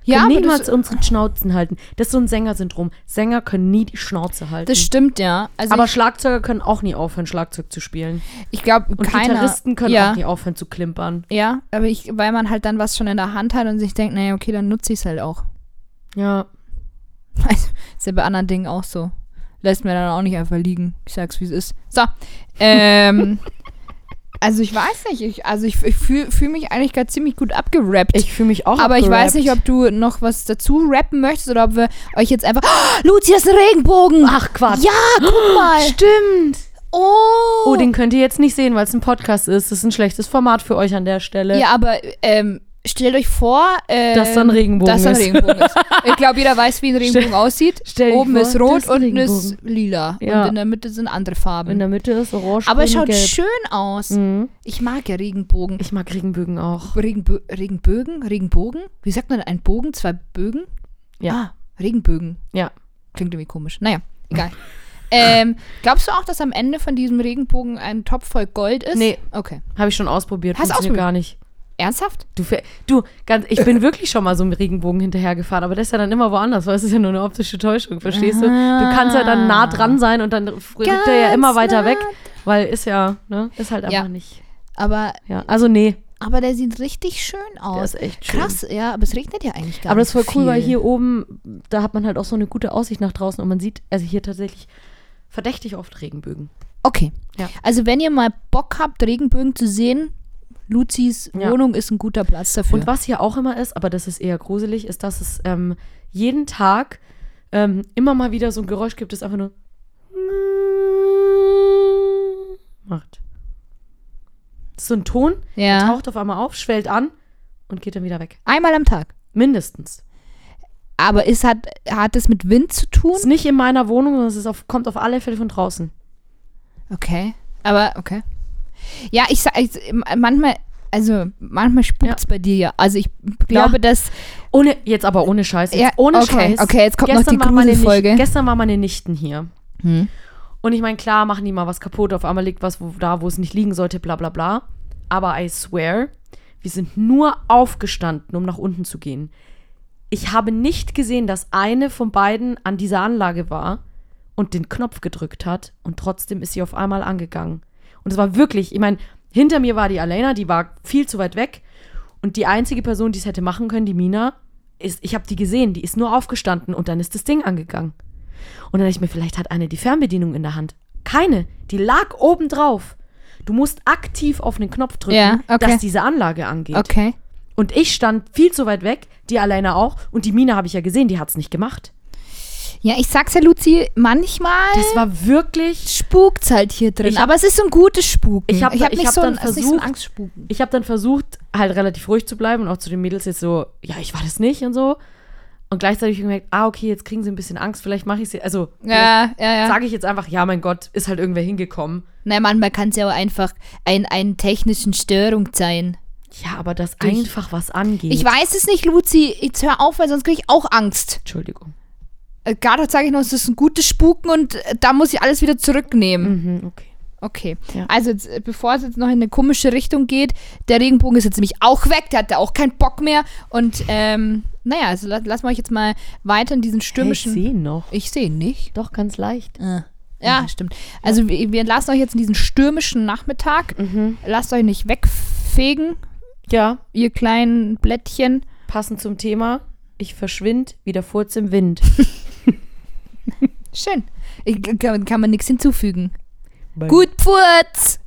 Ja,
können
aber
niemals
das-
unsere Schnauzen halten. Das ist so ein Sängersyndrom. Sänger können nie die Schnauze halten.
das stimmt ja. Also
aber Schlagzeuger können auch nie aufhören, Schlagzeug zu spielen.
ich, ich glaube,
Und
keiner.
Gitarristen können
ja,
auch nie aufhören zu klimpern.
Ja, aber ich, weil man halt dann was schon in der Hand hat und sich denkt, naja, okay, dann nutze ich es halt auch.
Ja.
Also, ist ja bei anderen Dingen auch so. Lässt mir dann auch nicht einfach liegen. Ich sag's, wie es ist. So. Ähm, also ich weiß nicht. Ich, also ich, ich fühle fühl mich eigentlich gerade ziemlich gut abgerappt.
Ich fühle mich auch
aber ich
abgerappt.
weiß nicht, ob du noch was dazu rappen möchtest oder ob wir euch jetzt einfach. Oh, Luzi, das ist ein Regenbogen!
Ach, Quatsch.
Ja, guck mal!
Stimmt.
Oh!
Oh, den könnt ihr jetzt nicht sehen, weil es ein Podcast ist. Das ist ein schlechtes Format für euch an der Stelle.
ja, aber ähm, stellt euch vor, ähm,
Dass da ein Regenbogen
dass da ein
ist.
Regenbogen ist. Ich glaube, jeder weiß, wie ein Regenbogen aussieht.
stell dir
Oben
vor,
ist
das
rot
ist ein
unten ist
Regenbogen.
lila.
Ja.
Und in der Mitte sind andere Farben.
In der Mitte ist orange
Aber es
grün,
schaut
gelb. Mhm.
schön aus. Ich mag ja Regenbogen.
Ich mag Regenbögen auch.
Regenbö Regenbögen? Regenbogen? Wie sagt man denn? Ein Bogen? Zwei Bögen?
Ja.
Ah, Regenbögen.
Ja.
Klingt irgendwie komisch. Naja, egal. ähm, glaubst du auch, dass am Ende von diesem Regenbogen ein Topf voll Gold ist?
Nee.
Okay.
Habe ich schon ausprobiert.
Hast du
Funktioniert
ausprobiert?
gar nicht.
Ernsthaft?
Du, fäh- du ganz, ich bin wirklich schon mal so einem Regenbogen hinterhergefahren, aber das ist ja dann immer woanders, weil es ist ja nur eine optische Täuschung, verstehst du? Du kannst ja dann nah dran sein und dann rückt er ja
Ah. Ganz
immer weiter
nah
weg, weil ist ja, ne, ist halt einfach
Ja.
nicht.
Aber,
Ja, also nee,
aber der sieht richtig schön aus.
der ist echt schön.
Krass, ja, aber es regnet ja eigentlich gar
Aber das
nicht
ist voll
so
cool, weil
viel.
hier oben, da hat man halt auch so eine gute Aussicht nach draußen und man sieht, also hier tatsächlich verdächtig oft Regenbögen.
Okay.
Ja.
Also, wenn ihr mal Bock habt, Regenbögen zu sehen, Luzis
Ja.
Wohnung ist ein guter Platz dafür.
Und was hier auch immer ist, aber das ist eher gruselig, ist, dass es ähm, jeden Tag ähm, immer mal wieder so ein Geräusch gibt, das einfach nur macht. Das ist so ein Ton, der
ja.
taucht auf einmal auf, schwellt an und geht dann wieder weg.
Einmal am Tag.
Mindestens.
Aber ist, hat, hat es mit Wind zu tun?
Ist nicht in meiner Wohnung, sondern es ist auf, kommt auf alle Fälle von draußen.
Okay. Aber, okay. Ja, ich sag, ich, manchmal, also manchmal spukt's bei dir ja. Also ich glaube,
Ja.
dass.
Ohne, jetzt aber ohne Scheiß. Jetzt
Ja,
ohne
okay,
Scheiß.
okay, jetzt kommt noch die
waren meine Nicht-
Gruselfolge.
Gestern waren meine Nichten hier.
Hm.
Und ich meine, klar, machen die mal was kaputt, auf einmal liegt was wo, da, wo es nicht liegen sollte, bla bla bla. Aber I swear, wir sind nur aufgestanden, um nach unten zu gehen. Ich habe nicht gesehen, dass eine von beiden an dieser Anlage war und den Knopf gedrückt hat und trotzdem ist sie auf einmal angegangen. Und es war wirklich, ich meine, hinter mir war die Alena, die war viel zu weit weg und die einzige Person, die es hätte machen können, die Mina, ist, ich habe die gesehen, die ist nur aufgestanden und dann ist das Ding angegangen. Und dann dachte ich mir, vielleicht hat eine die Fernbedienung in der Hand. Keine, die lag oben drauf. Du musst aktiv auf einen Knopf drücken,
Ja, okay.
dass diese Anlage angeht.
Okay.
Und ich stand viel zu weit weg, die Alena auch und die Mina habe ich ja gesehen, die hat es nicht gemacht.
Ja, ich sag's ja, Luzi, manchmal
Das war wirklich
spukt's halt hier drin.
Ich hab-
aber es ist so ein gutes Spuken.
Ich hab- ich
nicht
hab
so
dann
ein, es ist nicht so ein
versucht-
Angstspuken.
ich habe dann versucht, halt relativ ruhig zu bleiben und auch zu den Mädels jetzt so, ja, ich war das nicht und so. Und gleichzeitig hab ich gemerkt, ah, okay, jetzt kriegen sie ein bisschen Angst, vielleicht mache ich sie. Also
Ja, ja, ja.
sage ich jetzt einfach, ja, mein Gott, ist halt irgendwer hingekommen.
Nein, manchmal kann es ja auch einfach ein, ein technischen Störung sein.
Ja, aber dass
Durch-
einfach was angeht.
Ich weiß es nicht, Luzi. Jetzt hör auf, weil sonst krieg ich auch Angst.
Entschuldigung.
äh, Garda sage ich noch, es ist ein gutes Spuken und äh, da muss ich alles wieder zurücknehmen.
Mhm, okay.
Okay.
Ja.
Also, jetzt, äh, bevor es jetzt noch in eine komische Richtung geht, der Regenbogen ist jetzt nämlich auch weg, der hatte auch keinen Bock mehr. Und ähm, naja, also la- lassen wir euch jetzt mal weiter in diesen
Hey, ich
stürmischen.
sehe ihn noch.
ich sehe ihn nicht.
Doch, ganz leicht.
Ja, stimmt. Also wir, wir lassen euch jetzt in diesen stürmischen Nachmittag. Lasst euch nicht wegfegen,
Ja,
ihr kleinen Blättchen.
passend zum Thema. Ich verschwind wie der Furz im Wind.
Schön. Ich, kann, kann man nichts hinzufügen. Gut, Pfurz!